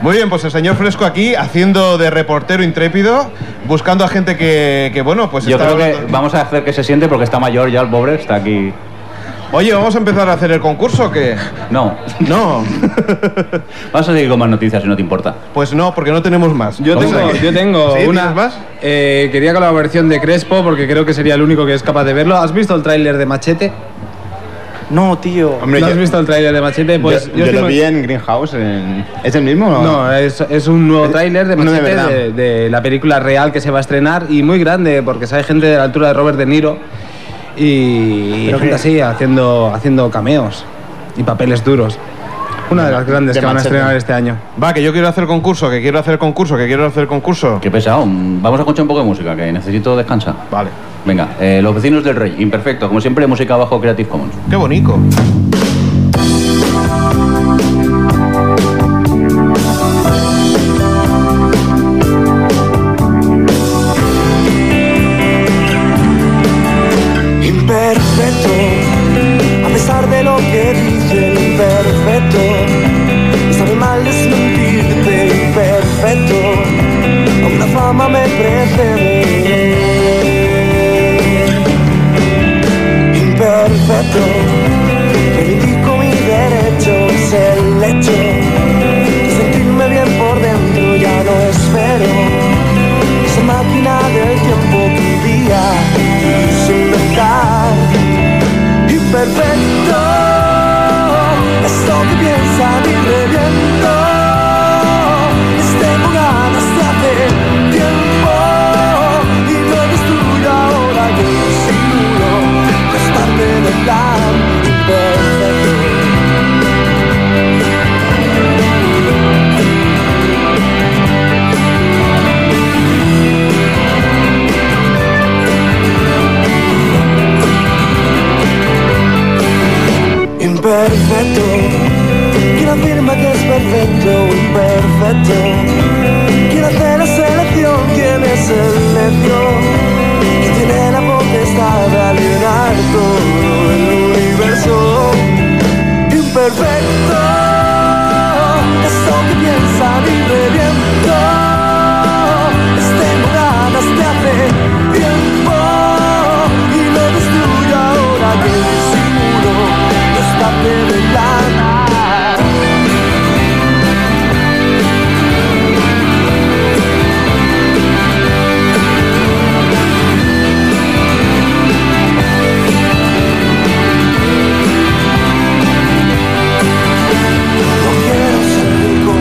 Muy bien, pues el señor Fresco aquí haciendo de reportero intrépido, buscando a gente que, que, bueno, pues Yo está creo que hablando- vamos a hacer que se siente porque está mayor ya el pobre, está aquí. Oye, vamos a empezar a hacer el concurso que No, no, vas a seguir con más noticias si no te importa. pues no, porque no tenemos más. Yo Vamos tengo, aquí. yo tengo ¿Sí? una. ¿Tienes más? Eh, quería colaboración de Crespo porque creo que sería el único que es capaz de verlo. ¿Has visto el tráiler de Machete? No, tío. Hombre, ¿No has visto el tráiler de Machete? Pues yo, yo estoy lo con- vi en Greenhouse. en- ¿Es el mismo? o- No, es, es un nuevo tráiler de uno de Machete, verdad. de, de la película real que se va a estrenar y muy grande porque sale gente de la altura de Robert De Niro y ¿Pero gente qué? así haciendo, haciendo cameos y papeles duros. Una de las grandes de que van a Machete. estrenar este año. Va, que yo quiero hacer concurso, que quiero hacer concurso, que quiero hacer concurso. Qué pesado, mm, vamos a escuchar un poco de música, que necesito descansar. Vale. Venga, eh, Los Vecinos del Rey, imperfecto, como siempre, música bajo Creative Commons. Qué bonito. Imperfecto, a pesar de lo que dicen, imperfecto. Sabe mal desmentirte, imperfecto. Aún la fama me precede. Imperfecto, reivindico mi derecho a ser Este imperfecto. Quiero afirma que es perfecto, imperfecto. Quiero hacer la selección, quién es el necio que tiene la potestad de alienar todo el universo. Imperfecto, eso que piensa mi reviento. Este ganas de hacer tiempo y lo destruyo ahora que disimulo no está revelada. No quiero ser rico,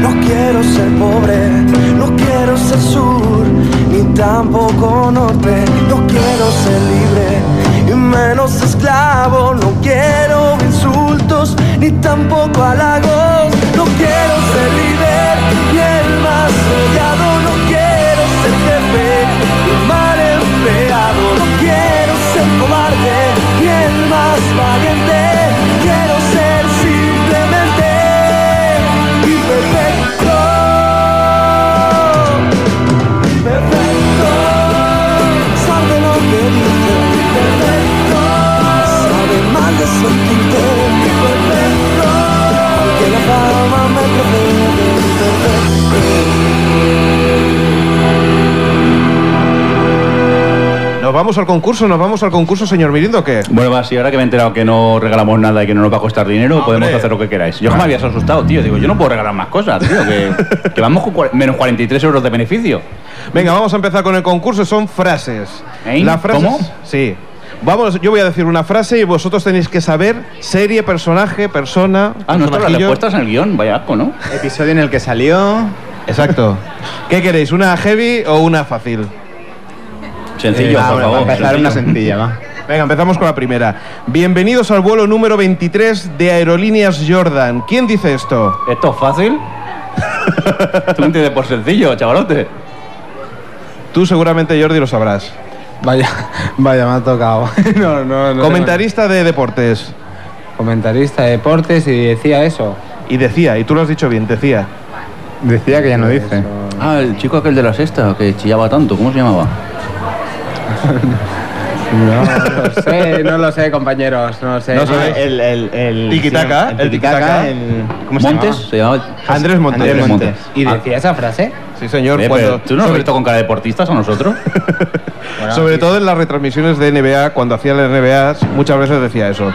no quiero ser pobre, no quiero ser sur, ni tampoco norte, no quiero ser libre, y menos esclavo, no quiero insultos, ni tampoco halagos, no quiero ser líder, y el más odiado, no quiero ser jefe, ni mal empleado, no quiero ser cobarde, ni el más valiente, quiero ser simplemente imperfecto. Perfecto, sabe lo que dice. Perfecto, sabe mal de sentirte. Perfecto, aunque la fama me precede. ¿Nos vamos al concurso? ¿Nos vamos al concurso, señor Mirindo, o qué? Bueno, va, sí, ahora que me he enterado que no regalamos nada y que no nos va a costar dinero, podemos hacer lo que queráis. Yo jamás había asustado, tío. Digo, yo no puedo regalar más cosas, tío. Que, que vamos con cua- menos 43 euros de beneficio. Venga, vamos a empezar con el concurso. Son frases. ¿Eh? Las frases- ¿Cómo? Sí. Vamos, yo voy a decir una frase y vosotros tenéis que saber serie, personaje, persona. Ah, no están las personajillo. respuestas en el guión, vaya asco, ¿no? Episodio en el que salió. Exacto. ¿Qué queréis? ¿Una heavy o una fácil? Eh, Sencillo, por bueno, favor, para empezar sencillo. una sencilla, va. Venga, empezamos con la primera. Bienvenidos al vuelo número 23 de Aerolíneas Jordan. ¿Quién dice esto? ¿Esto es fácil? Tú me entiendes por sencillo, chavalote. Tú seguramente, Jordi, lo sabrás. Vaya, vaya, me ha tocado. no, no, no. Comentarista de deportes. Comentarista de deportes y decía eso. Y decía, y tú lo has dicho bien, decía. Decía que ya no dice. Ah, el chico aquel de la sexta que chillaba tanto, ¿cómo se llamaba? No lo sé, no lo sé, compañeros. No lo sé. Ah, No sabéis. El, el, el, Tiki-taka, sí, el tiki-taka. ¿Cómo se Montes llamaba? se llamaba. Andrés Montes. Andrés Montes. ¿Y decía esa frase? Sí, señor. Eh, cuando- pero ¿Tú no has visto con cara de deportistas a nosotros? Sobre todo en las retransmisiones de NBA, cuando hacía la NBA, muchas veces decía eso.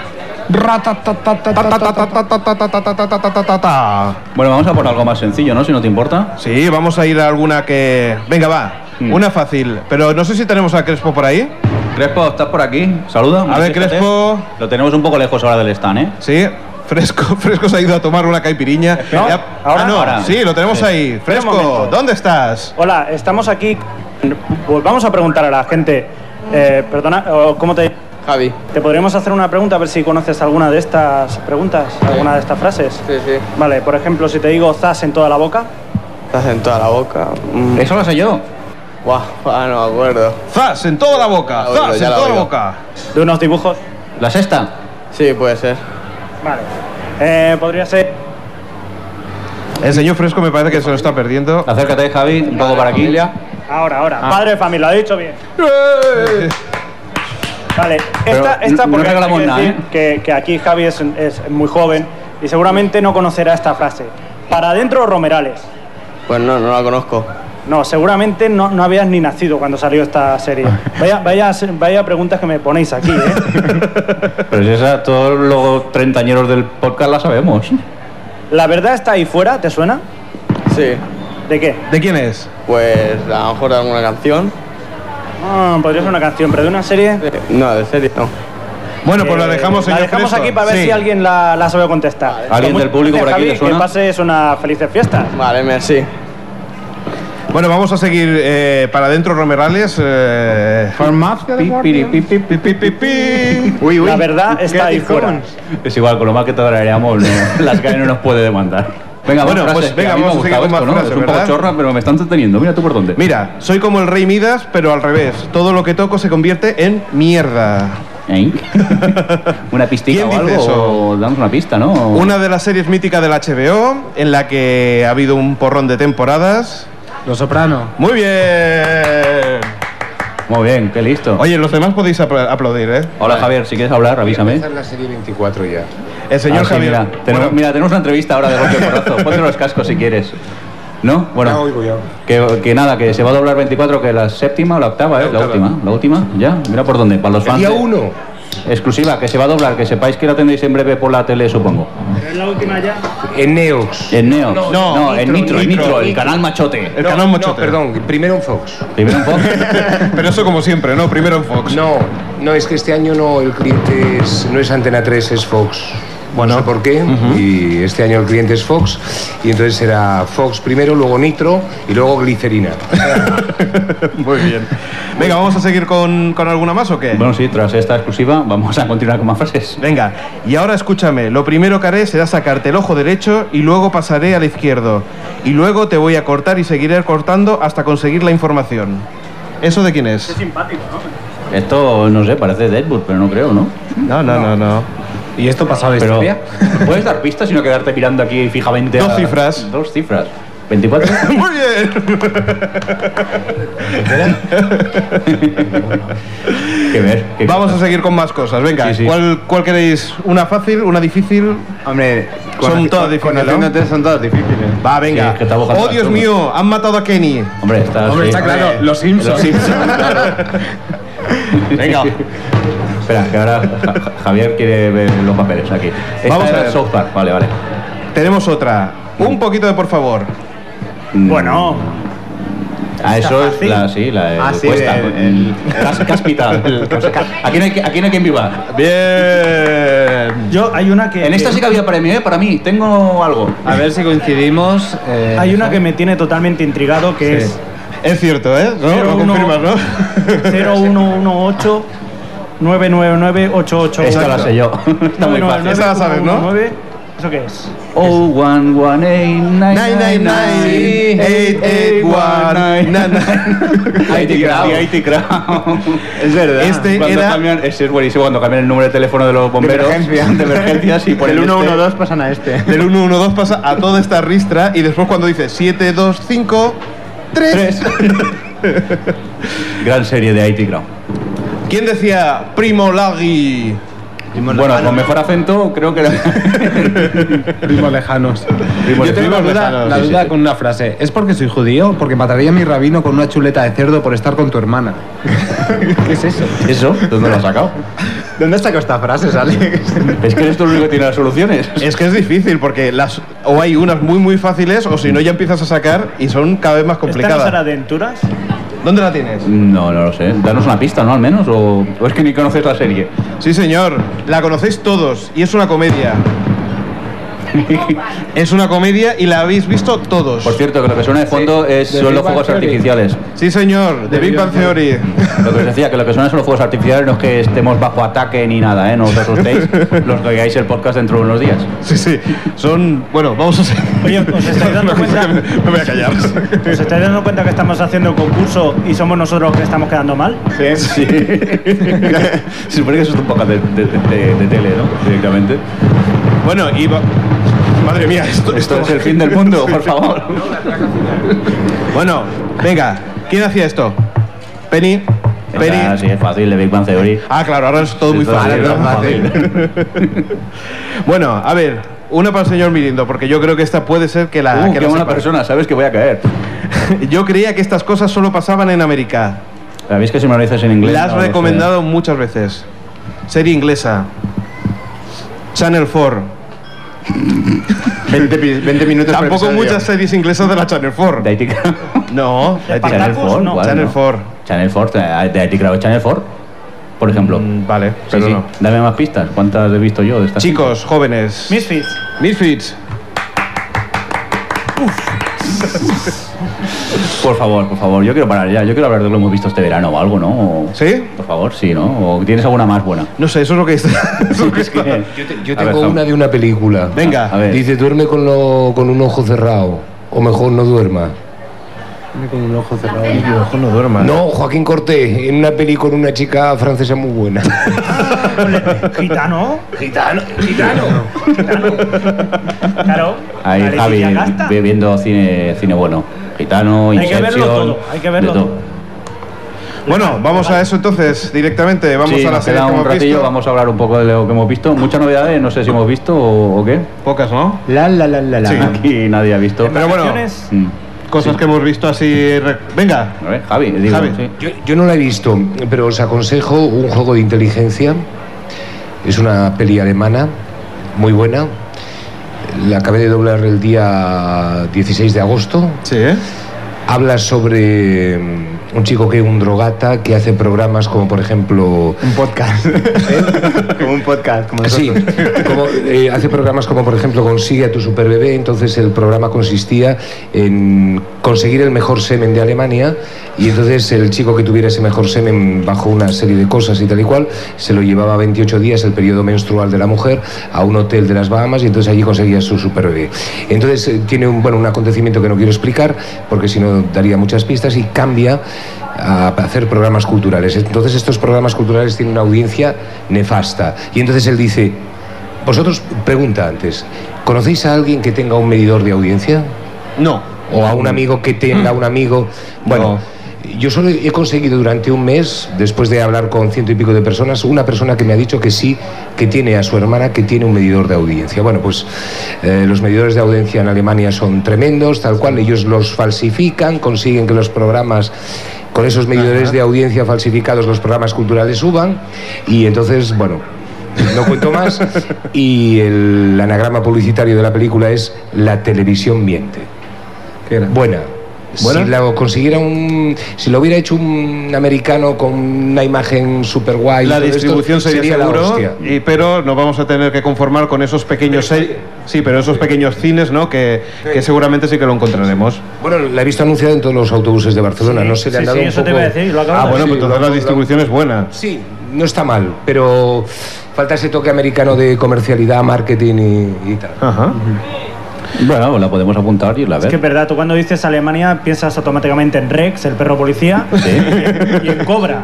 Bueno, vamos a por algo más sencillo, ¿no? Si no te importa. Sí, vamos a ir a alguna que. Venga, va. Mm. Una fácil. Pero no sé si tenemos a Crespo por ahí. Crespo, ¿estás por aquí? Saluda. A ver, manifiéstate. Crespo. Lo tenemos un poco lejos ahora del stand, ¿eh? Sí. Fresco, fresco se ha ido a tomar una caipiriña. Espera. Ya- ¿Ahora? Ah, no, Ahora. Sí, lo tenemos Sí. ahí. Un Fresco, momento. ¿dónde estás? Hola, estamos aquí. Pues vamos a preguntar a la gente. Eh, perdona, o ¿cómo te.? Javi. ¿Te podríamos hacer una pregunta a ver si conoces alguna de estas preguntas? ¿Alguna de estas frases? Sí, sí. Vale, por ejemplo, si te digo zas en toda la boca. Zas en toda la boca. Eso lo sé yo. Buah, ah, no me acuerdo. Zas en toda la Ya boca. la oigo, Zas ya en la toda la oigo. boca. ¿De unos dibujos? ¿La sexta? Sí, puede ser. Vale. Eh, podría ser. El señor Fresco me parece que se lo está perdiendo. Acércate, Javi, un poco para aquí. Ahora, ahora. Padre de familia, lo he dicho bien. Vale, esta, Pero esta no porque regalamos hay que nada, decir que, que aquí Javi es, es muy joven y seguramente no conocerá esta frase. Para adentro Romerales. Pues no, no la conozco. No, seguramente no, no habías ni nacido cuando salió esta serie. Vaya, vaya, se- vaya preguntas que me ponéis aquí, ¿eh? Pero si esa, todos los treintañeros del podcast la sabemos. ¿La verdad está ahí fuera? ¿Te suena? Sí. ¿De qué? ¿De quién es? Pues a lo mejor de alguna canción. Ah, podría ser una canción, pero de una serie. No, de serie no. Bueno, pues la Eh, dejamos, La señor dejamos Fresco. aquí para ver Sí. si alguien la, la sabe contestar. ¿Alguien Pues del público gracias, por aquí Javi, le suena? Que pases una felices fiestas. Vale, merci. Bueno, vamos a seguir eh, para adentro Romerales. Eh... Pi, piri, pi, pi, pi, pi, pi, pi. Uy, uy. La verdad está ahí fuera. Es igual, con lo más que te traeríamos, no, las GAE no nos puede demandar. Venga, Bueno, más pues frases, que venga, a mí me vamos a ha seguir gustado con más esto, ¿no? frases, Es un poco ¿verdad? chorra, pero me está entreteniendo. Mira tú por dónde. Mira, soy como el rey Midas, pero al revés. Todo lo que toco se convierte en mierda. ¿Eh? una pistita ¿Quién o algo, dice eso? o damos una pista, ¿no? O- Una de las series míticas del HBO, en la que ha habido un porrón de temporadas. Los Soprano. Muy bien. Muy bien, qué listo. Oye, los demás podéis apl- aplaudir, ¿eh? Hola Javier, si quieres hablar, avísame. Esta es la serie 24 ya. El señor Ah, sí, Javier. Mira tenemos, mira, tenemos una entrevista ahora de golpe porrazo. Ponte los cascos si quieres. ¿No? Bueno. Que, que nada, que se va a doblar 24, que la séptima o la octava, ¿eh? La, última, la última, ya. Mira por dónde, para los fans. día de- uno. Exclusiva, que se va a doblar, que sepáis que la tendréis en breve por la tele, supongo. Es la última ya. En Neox. En Neo. No, en Nitro, en Nitro, el Nitro. canal machote. El canal machote. perdón, primero en Fox. Primero en Fox. Pero eso como siempre, ¿no? Primero en Fox. No, no, es que este año no, el cliente es, no es Antena 3, es Fox. Bueno. No sé por qué. Y este año el cliente es Fox. Y entonces será Fox primero, luego Nitro y luego Glicerina. Muy bien. Venga, ¿vamos a seguir con, con alguna más o qué? Bueno, sí, tras esta exclusiva vamos a continuar con más frases. Venga, y ahora escúchame, lo primero que haré será sacarte el ojo derecho y luego pasaré al izquierdo. Y luego te voy a cortar y seguiré cortando hasta conseguir la información. ¿Eso de quién es? simpático, ¿no? Esto, no sé, parece Deadwood, pero no creo, ¿no? No, no, no, no. ¿Y esto pasaba Pero, ¿Puedes dar pistas sino quedarte mirando aquí fijamente? Dos a- cifras. Dos cifras. ¿24? Muy bien. que ver. que- Vamos a seguir con más cosas. Venga, Sí, sí. ¿Cuál, cuál queréis? ¿Una fácil, una difícil? Hombre, Son todas difíciles, ¿no? Conociéndote son todas difíciles. Va, venga. Sí, es que está buscando oh, Dios las mío, han matado a Kenny. Hombre, está, Hombre, sí. está claro, los Simpsons. Los Simpsons, claro. Venga. Espera, que ahora Ja- Ja- Javier quiere ver los papeles aquí. Esta Vamos a era ver. South Park, vale, vale. Tenemos otra. Un poquito de por favor. Mm, Bueno, Ah, eso es fácil. la, sí, la Ah, sí, encuesta. el- Cas- Cáspita. el- Aquí no hay que- aquí no hay quien viva. Bien. yo hay una que. En esta sí que había premio, ¿eh? Para mí, tengo algo. A ver si coincidimos. eh, Hay una que me tiene totalmente intrigado que Sí. es Es cierto, ¿eh? ¿No? Pero Lo uno- confirmas, ¿no? 0118 999 88 Esta la sé yo. Está muy fácil. Esta la sabes, ¿no? ¿Eso qué es? Oh, one, one, eight, nine, Nine, nine, nine, eight, eight, one, nine, nine. IT Crown. IT Es verdad. Este Cuando era- cambian, ese es buenísimo cuando cambian el número de teléfono de los bomberos. emergencia. de emergencias y por Del 112 pasan a este. Del 112 pasa a toda esta ristra y después cuando dice 7, 2, 5, 3. Gran serie de IT Crown. ¿Quién decía Primo Lagui? Bueno, con mejor acento creo que era. Primos lejanos. Primos Yo tengo la lejanos. duda, la Sí, duda sí. con una frase. ¿Es porque soy judío? Porque mataría a mi rabino con una chuleta de cerdo por estar con tu hermana. ¿Qué es eso? ¿Eso? ¿Dónde lo has sacado? ¿Dónde has sacado esta frase, Alex? Es que eres tú el único que tiene las soluciones. Es que es difícil porque las o hay unas muy muy fáciles o si no ya empiezas a sacar y son cada vez más ¿Esta no será complicadas. de Enturas? ¿Dónde la tienes? No, no lo sé. Danos una pista, ¿no? Al menos. O, o es que ni conoces la serie. Sí, señor. La conocéis todos y es una comedia. es una comedia y la habéis visto todos. Por cierto, que lo que suena de fondo es, de son Big los Bang fuegos Theory. artificiales. Sí, señor. The Big Bang Theory. Lo que os decía, que lo que suena son los fuegos artificiales, no es que estemos bajo ataque ni nada, ¿eh? No os asustéis los que oigáis el podcast dentro de unos días. Sí, sí. Son. Bueno, vamos a hacer. Oye, ¿os estáis dando cuenta? Me voy a callar. ¿Os estáis dando cuenta que estamos haciendo concurso y somos nosotros los que estamos quedando mal? Sí. Supongo que eso es un podcast de, de- de- de tele, ¿no? Directamente. Bueno, y. va- Madre mía, esto, Esto esto es el fin del mundo, por favor. Bueno, venga. ¿Quién hacía esto? Penny. Penny. Ah, sí, es fácil, de Big Bang Theory. Ah, claro, ahora es todo muy Esto fácil. sí, ¿no? es fácil. Bueno, a ver, una para el señor Mirindo, porque yo creo que esta puede ser que la. Uh, que qué la buena sepa. persona, sabes que voy a caer. Yo creía que estas cosas solo pasaban en América. ¿Sabéis que si me lo dices en inglés? La has no lo sé? recomendado muchas veces. Serie inglesa. Channel 4. 20, pi- 20 minutos por Tampoco episodio. muchas series inglesas de la Channel 4. De IT Crowd. No, Channel Patacos, 4. no. ¿cuál, Channel no? 4. Channel 4, eh, de IT Crowd, Channel 4, por ejemplo. Mm, Vale, Sí, pero sí. no. Dame más pistas. ¿Cuántas he visto yo de estas? Chicos, jóvenes. Misfits. Misfits. Por favor, por favor. Yo quiero parar ya. Yo quiero hablar de lo que hemos visto este verano o algo, ¿no? O- ¿Sí? Por favor, sí, ¿no? ¿O tienes alguna más buena? No sé, eso es lo que Es que- Yo A ver, tengo Jaume. una de una película. Venga. A ver. Dice, duerme con, lo- con un ojo cerrado. O mejor no duerma. con un ojo cerrado. no duerma. No, Joaquín Cortés, en una peli con una chica francesa muy buena. ¿Gitano? Gitano, gitano. Claro. Ahí Alicia Javi Casta. ve- viendo cine, cine bueno. Gitano, Hay que Inception... verlo todo, hay que verlo de todo. Bueno, vamos a eso entonces directamente. Vamos Sí, a la nos serie queda que un hemos ratillo, visto. vamos a hablar un poco de lo que hemos visto. Muchas novedades, no sé si hemos visto o, o qué. Pocas, ¿no? La, la, la, la, la. Sí. Aquí nadie ha visto. Pero bueno, Mm. cosas que hemos visto así. re- Venga. A ver, Javi, digo, Javi. sí. Yo, yo no la he visto, pero os aconsejo un juego de inteligencia. Es una peli alemana, muy buena. La acabé de doblar el día 16 de agosto. Sí, ¿eh? Habla sobre mm, un chico que es un drogata que hace programas como, por ejemplo, Un podcast. ¿Eh? como un podcast. Como Sí, nosotros. como, eh, hace programas como por ejemplo Consigue a tu superbebé, entonces el programa consistía en conseguir el mejor semen de Alemania y entonces el chico que tuviera ese mejor semen bajo una serie de cosas y tal y cual, se lo llevaba 28 días el periodo menstrual de la mujer a un hotel de las Bahamas y entonces allí conseguía su superbebé. Entonces eh, tiene un, bueno, un acontecimiento que no quiero explicar porque si no daría muchas pistas y cambia a hacer programas culturales. Entonces estos programas culturales tienen una audiencia nefasta. Y entonces él dice, vosotros, pregunta antes, ¿conocéis a alguien que tenga un medidor de audiencia? No. O a un amigo que tenga un amigo. Bueno, yo solo he conseguido durante un mes, después de hablar con ciento y pico de personas, una persona que me ha dicho que sí, que tiene a su hermana, que tiene un medidor de audiencia. Bueno, pues eh, los medidores de audiencia en Alemania son tremendos, tal cual, ellos los falsifican, consiguen que los programas... Con esos medidores de audiencia falsificados los programas culturales suban y entonces, bueno, no cuento más. Y el anagrama publicitario de la película es La televisión miente. Buena. ¿Buena? Si lo consiguiera un. Si lo hubiera hecho un americano con una imagen super guay. la distribución sería, la seguro, hostia. y, pero nos vamos a tener que conformar con esos pequeños se- sí, pero esos pequeños cines, ¿no? Que, que seguramente sí que lo encontraremos. Bueno, la he visto anunciada en todos los autobuses de Barcelona. no se le han sí, dado sí, un eso te poco- iba a decir, lo acabo Ah, de bueno, decir. pues entonces lo- la distribución es buena. Sí, no está mal, pero falta ese toque americano de comercialidad, marketing y, y tal. Bueno, la podemos apuntar y la Es ver. que es verdad, tú cuando dices Alemania piensas automáticamente en Rex, el perro policía, y en Cobra.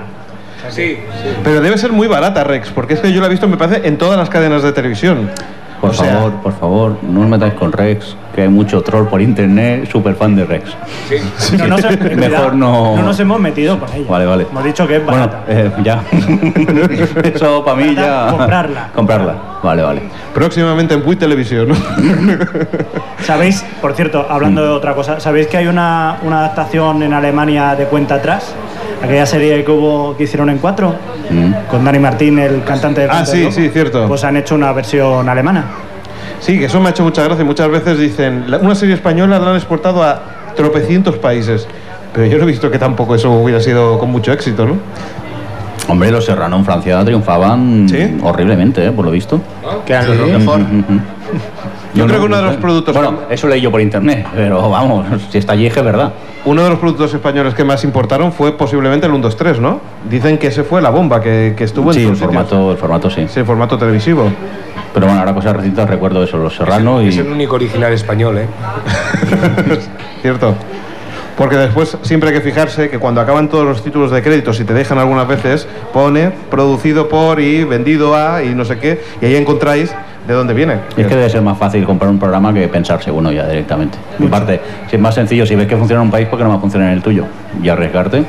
Sí. Pero debe ser muy barata, Rex, porque es que yo la he visto, me parece, en todas las cadenas de televisión. Por favor, por favor, no os metáis con Rex, que hay mucho troll por internet, super fan de Rex. No, no se- cuidado, Mejor no... no nos hemos metido con ella. Vale, vale. Hemos dicho que es Bueno, barata. eh, ya. Eso para mí ya... Comprarla. Comprarla, vale, vale. Próximamente en Puy Televisión. ¿Sabéis, por cierto, hablando Mm. de otra cosa, ¿sabéis que hay una, una adaptación en Alemania de cuenta atrás? Aquella serie que hubo que hicieron en cuatro, Mm. con Dani Martín, el cantante de Ah, Cuenta sí, del sí, Lobo. cierto. Pues han hecho una versión alemana. Sí, que eso me ha hecho mucha gracia. Muchas veces dicen, "La- una serie española la han exportado a tropecientos países. Pero yo no he visto que tampoco eso hubiera sido con mucho éxito, ¿no? Hombre, los Serrano en Francia triunfaban horriblemente, eh, por lo visto. Que eran los Roquefort. Yo creo que uno de los productos... Bueno, eso leí yo por internet, pero vamos, si está allí es que es verdad. Uno de los productos españoles que más importaron fue posiblemente el 1-2-3, ¿no? Dicen que ese fue la bomba que, que estuvo en sí, todos el sitios. formato, el formato sí. Sí, el formato televisivo. Pero bueno, ahora cosas recientes recuerdo eso, los Serrano y... Es el único original español, ¿eh? Cierto. Porque después siempre hay que fijarse que cuando acaban todos los títulos de crédito, si te dejan algunas veces, pone producido por y vendido a y no sé qué, y ahí encontráis de dónde viene. Y es que debe ser más fácil comprar un programa que pensarse uno ya directamente. En parte, si es más sencillo, si ves que funciona en un país, ¿por qué no va a funcionar en el tuyo? Y arriesgarte.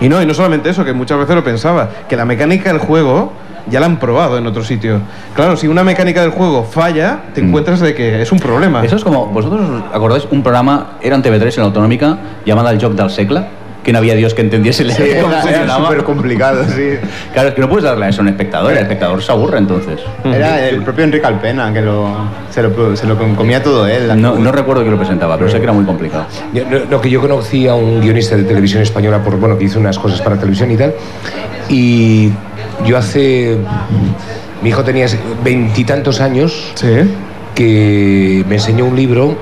Y no, y no solamente eso, que muchas veces lo pensaba, que la mecánica del juego ya la han probado en otro sitio. Claro, si una mecánica del juego falla, te encuentras de que es un problema. Mm. Eso es como, ¿vosotros os acordáis un programa, era en TV3, en la autonómica, llamada El Joc del Segla? Que no había Dios que entendiese el Sí, era- era súper complicado, sí. Claro, es que no puedes darle a eso a un espectador, el espectador se aburre entonces. Era el propio Enrique Alpena que lo, se, lo, se lo comía todo él. No, no recuerdo que lo presentaba, pero sé que era muy complicado. Yo- Lo, lo que yo conocí a un guionista de televisión española, por, bueno, que hizo unas cosas para televisión y tal, y yo hace... Mi hijo tenía veintitantos años que me enseñó un libro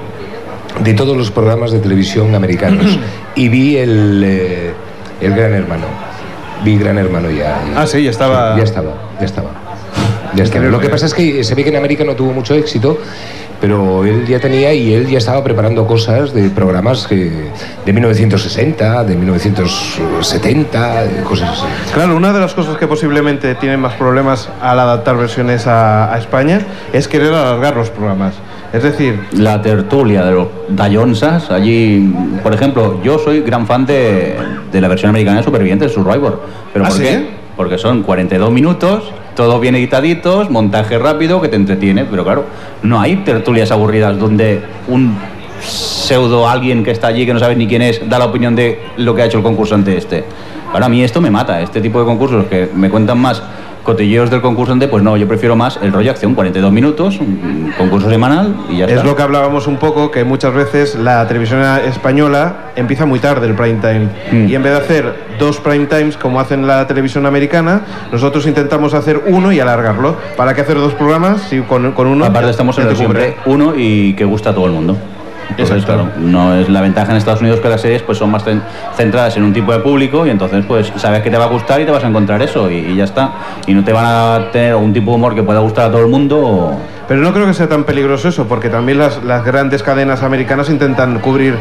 de todos los programas de televisión americanos y vi el, eh, el Gran Hermano. Vi Gran Hermano ya. Ah, sí, ya estaba... Ya estaba, ya estaba. Ya está. Lo que pasa es que se ve que en América no tuvo mucho éxito, Pero él ya tenía y él ya estaba preparando cosas de programas que, de 1960, de 1970, de cosas así. Claro, una de las cosas que posiblemente tienen más problemas al adaptar versiones a, a España es querer alargar los programas. Es decir, La tertulia de los Dayonsas, allí, por ejemplo, yo soy gran fan de, de la versión americana de Supervivientes, Survivor. ¿Pero ¿Ah, por sí? qué? Porque son 42 minutos, todos bien editaditos, montaje rápido que te entretiene, pero claro, no hay tertulias aburridas donde un pseudo alguien que está allí que no sabes ni quién es da la opinión de lo que ha hecho el concursante este. Para mí esto me mata, este tipo de concursos que me cuentan más cotilleos del concursante, pues no, yo prefiero más el rollo acción, 42 minutos, un concurso semanal y ya es está. lo que hablábamos un poco, que muchas veces la televisión española empieza muy tarde el prime time. Mm. Y en vez de hacer dos prime times como hacen la televisión americana, nosotros intentamos hacer uno y alargarlo. ¿Para qué hacer dos programas si con, con uno? Aparte estamos en ya el te cubre? siempre uno y que gusta a todo el mundo. Entonces, claro, no es la ventaja en Estados Unidos que las series pues son más cen- centradas en un tipo de público y entonces pues sabes que te va a gustar y te vas a encontrar eso y, y ya está. Y no te van a tener un tipo de humor que pueda gustar a todo el mundo o- Pero no creo que sea tan peligroso eso, porque también las, las grandes cadenas americanas intentan cubrir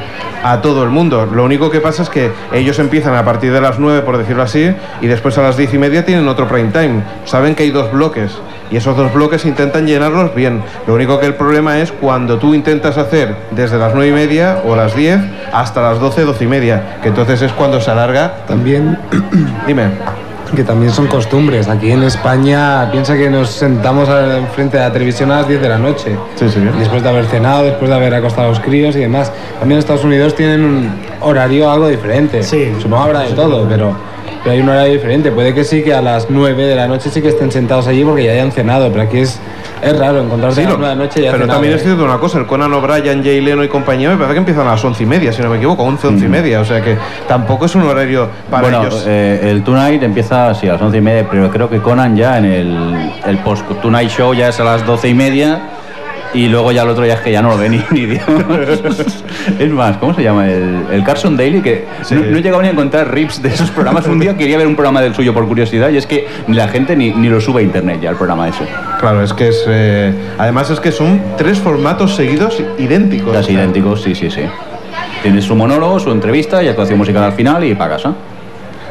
a todo el mundo. Lo único que pasa es que ellos empiezan a partir de las 9, por decirlo así, y después a las 10 y media tienen otro prime time. Saben que hay dos bloques, y esos dos bloques intentan llenarlos bien. Lo único que el problema es cuando tú intentas hacer desde las 9 y media o las 10 hasta las 12, 12 y media, que entonces es cuando se alarga. También, dime. Que también son costumbres. Aquí en España, piensa que nos sentamos a- enfrente de la televisión a las 10 de la noche. Después de haber cenado, después de haber acostado a los críos y demás. También en Estados Unidos tienen un horario algo diferente. Sí. Supongo habrá de todo, pero, pero hay un horario diferente. Puede que sí que a las 9 de la noche sí que estén sentados allí porque ya hayan cenado, pero aquí es, es raro encontrarse Sí, a las no, 9 de la noche y ya pero cenado, también ¿eh? es cierto una cosa, el Conan O'Brien, Jay Leno y compañía me parece que empiezan a las once y media, si no me equivoco, once, Mm. once y media, o sea que tampoco es un horario para bueno, ellos. eh, el Tonight empieza así a las once y media, pero creo que Conan ya en el, el post Tonight Show ya es a las doce y media y luego ya el otro ya es que ya no lo ve ni, ni Dios. es más, ¿cómo se llama? El, el Carson Daily, que no, no he llegado ni a encontrar rips de esos programas. Un día quería ver un programa del suyo por curiosidad y es que ni la gente ni, ni lo sube a internet ya el programa ese. Claro, es que es. eh, además es que son tres formatos seguidos idénticos. Casi idénticos, sí, sí, sí. Tienes su monólogo, su entrevista y actuación musical al final y ¿eh? para casa.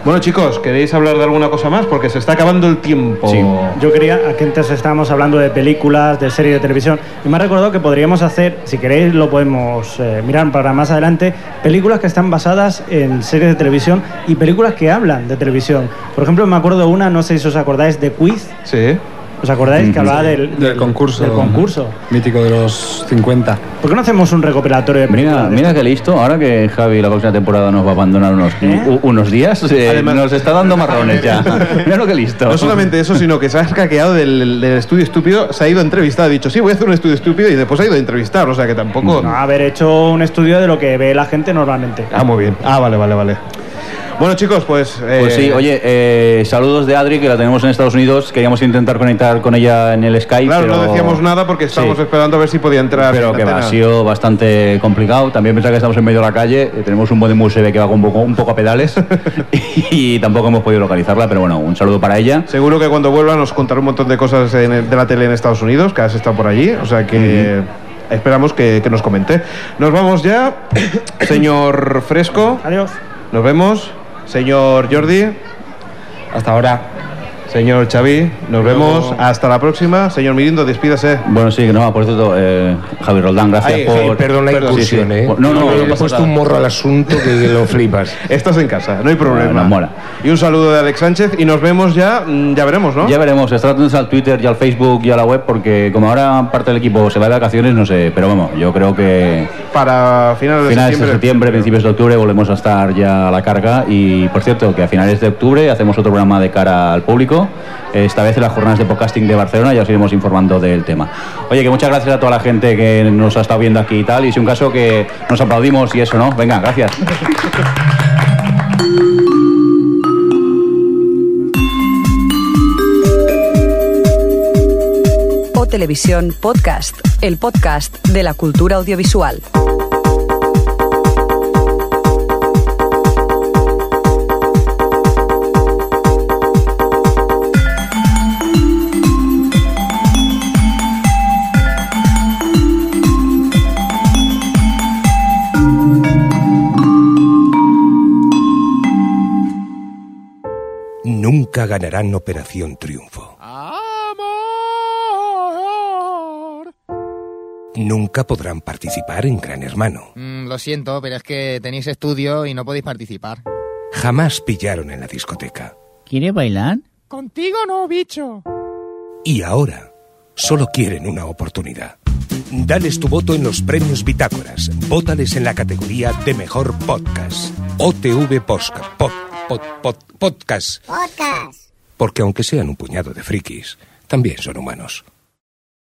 Bueno, chicos, ¿queréis hablar de alguna cosa más? Porque se está acabando el tiempo. Yo quería, aquí antes estábamos hablando de películas, de series de televisión, y me ha recordado que podríamos hacer, si queréis lo podemos eh, mirar para más adelante, películas que están basadas en series de televisión y películas que hablan de televisión. Por ejemplo, me acuerdo una, no sé si os acordáis, de Quiz. Sí. ¿eh? ¿Os acordáis que hablaba Sí, del, del concurso. del concurso. Mítico de los 50. ¿Por qué no hacemos un recopilatorio de películas? Mira, mira que listo, ahora que Javi la próxima temporada nos va a abandonar unos, u- unos días, eh, nos está dando marrones ya. mira lo que listo. No solamente eso, sino que se ha escaqueado del, del estudio estúpido, se ha ido a entrevistar, ha dicho, sí, voy a hacer un estudio estúpido y después ha ido a entrevistar, o sea que tampoco. Mm. No, haber hecho un estudio de lo que ve la gente normalmente. Ah, muy bien. Ah, vale, vale, vale. Bueno, chicos, pues. eh, Pues sí, oye, eh, saludos de Adri, que la tenemos en Estados Unidos, queríamos intentar conectar con ella en el Skype. Claro, pero... no decíamos nada porque estábamos esperando a ver si podía entrar. Pero en que va, antena. ha sido bastante complicado. También pensaba que estamos en medio de la calle. eh, Tenemos un buen museo que va un poco, un poco a pedales y tampoco hemos podido localizarla. Pero bueno, un saludo para ella. Seguro que cuando vuelva nos contará un montón de cosas en el- de la tele en Estados Unidos, que has estado por allí, o sea que esperamos que, que nos comente. Nos vamos ya, señor Fresco. Adiós. Nos vemos, señor Jordi. Hasta ahora. Señor Xavi, nos vemos. Hasta la próxima. Señor Mirindo, despídase. Bueno, sí, que no, por cierto, eh, Javi Roldán, gracias Ay, por. Javi, perdón la incursión, sí, sí. ¿eh? Pues, No, no, Le he no Pues pasa puesto nada. un morro al asunto que lo flipas. Estás en casa, no hay problema. Bueno, mola. Y un saludo de Alex Sánchez y nos vemos ya, mm, ya veremos, ¿no? Ya veremos, estar atentos al Twitter y al Facebook y a la web porque como ahora parte del equipo se va de vacaciones, no sé, pero vamos, yo creo que Para finales de finales de septiembre. septiembre, principios de octubre volvemos a estar ya a la carga y por cierto que a finales de octubre hacemos otro programa de cara al público, esta vez en las jornadas de podcasting de Barcelona, ya os iremos informando del tema. Oye, que muchas gracias a toda la gente que nos ha estado viendo aquí y tal, y si un caso que nos aplaudimos y eso, ¿no? Venga, gracias. O Televisión Podcast, el podcast de la cultura audiovisual. nunca ganarán Operación Triunfo. Nunca podrán participar en Gran Hermano. Mm, lo siento, pero es que tenéis estudio y no podéis participar. Jamás pillaron en la discoteca. ¿Quiere bailar? Contigo no, bicho. Y ahora solo quieren una oportunidad. Dales tu voto en los premios Bitácoras. Vótales en la categoría de mejor podcast. OTV Posca. Pod, pod, pod, podcast. Porque aunque sean un puñado de frikis, también son humanos.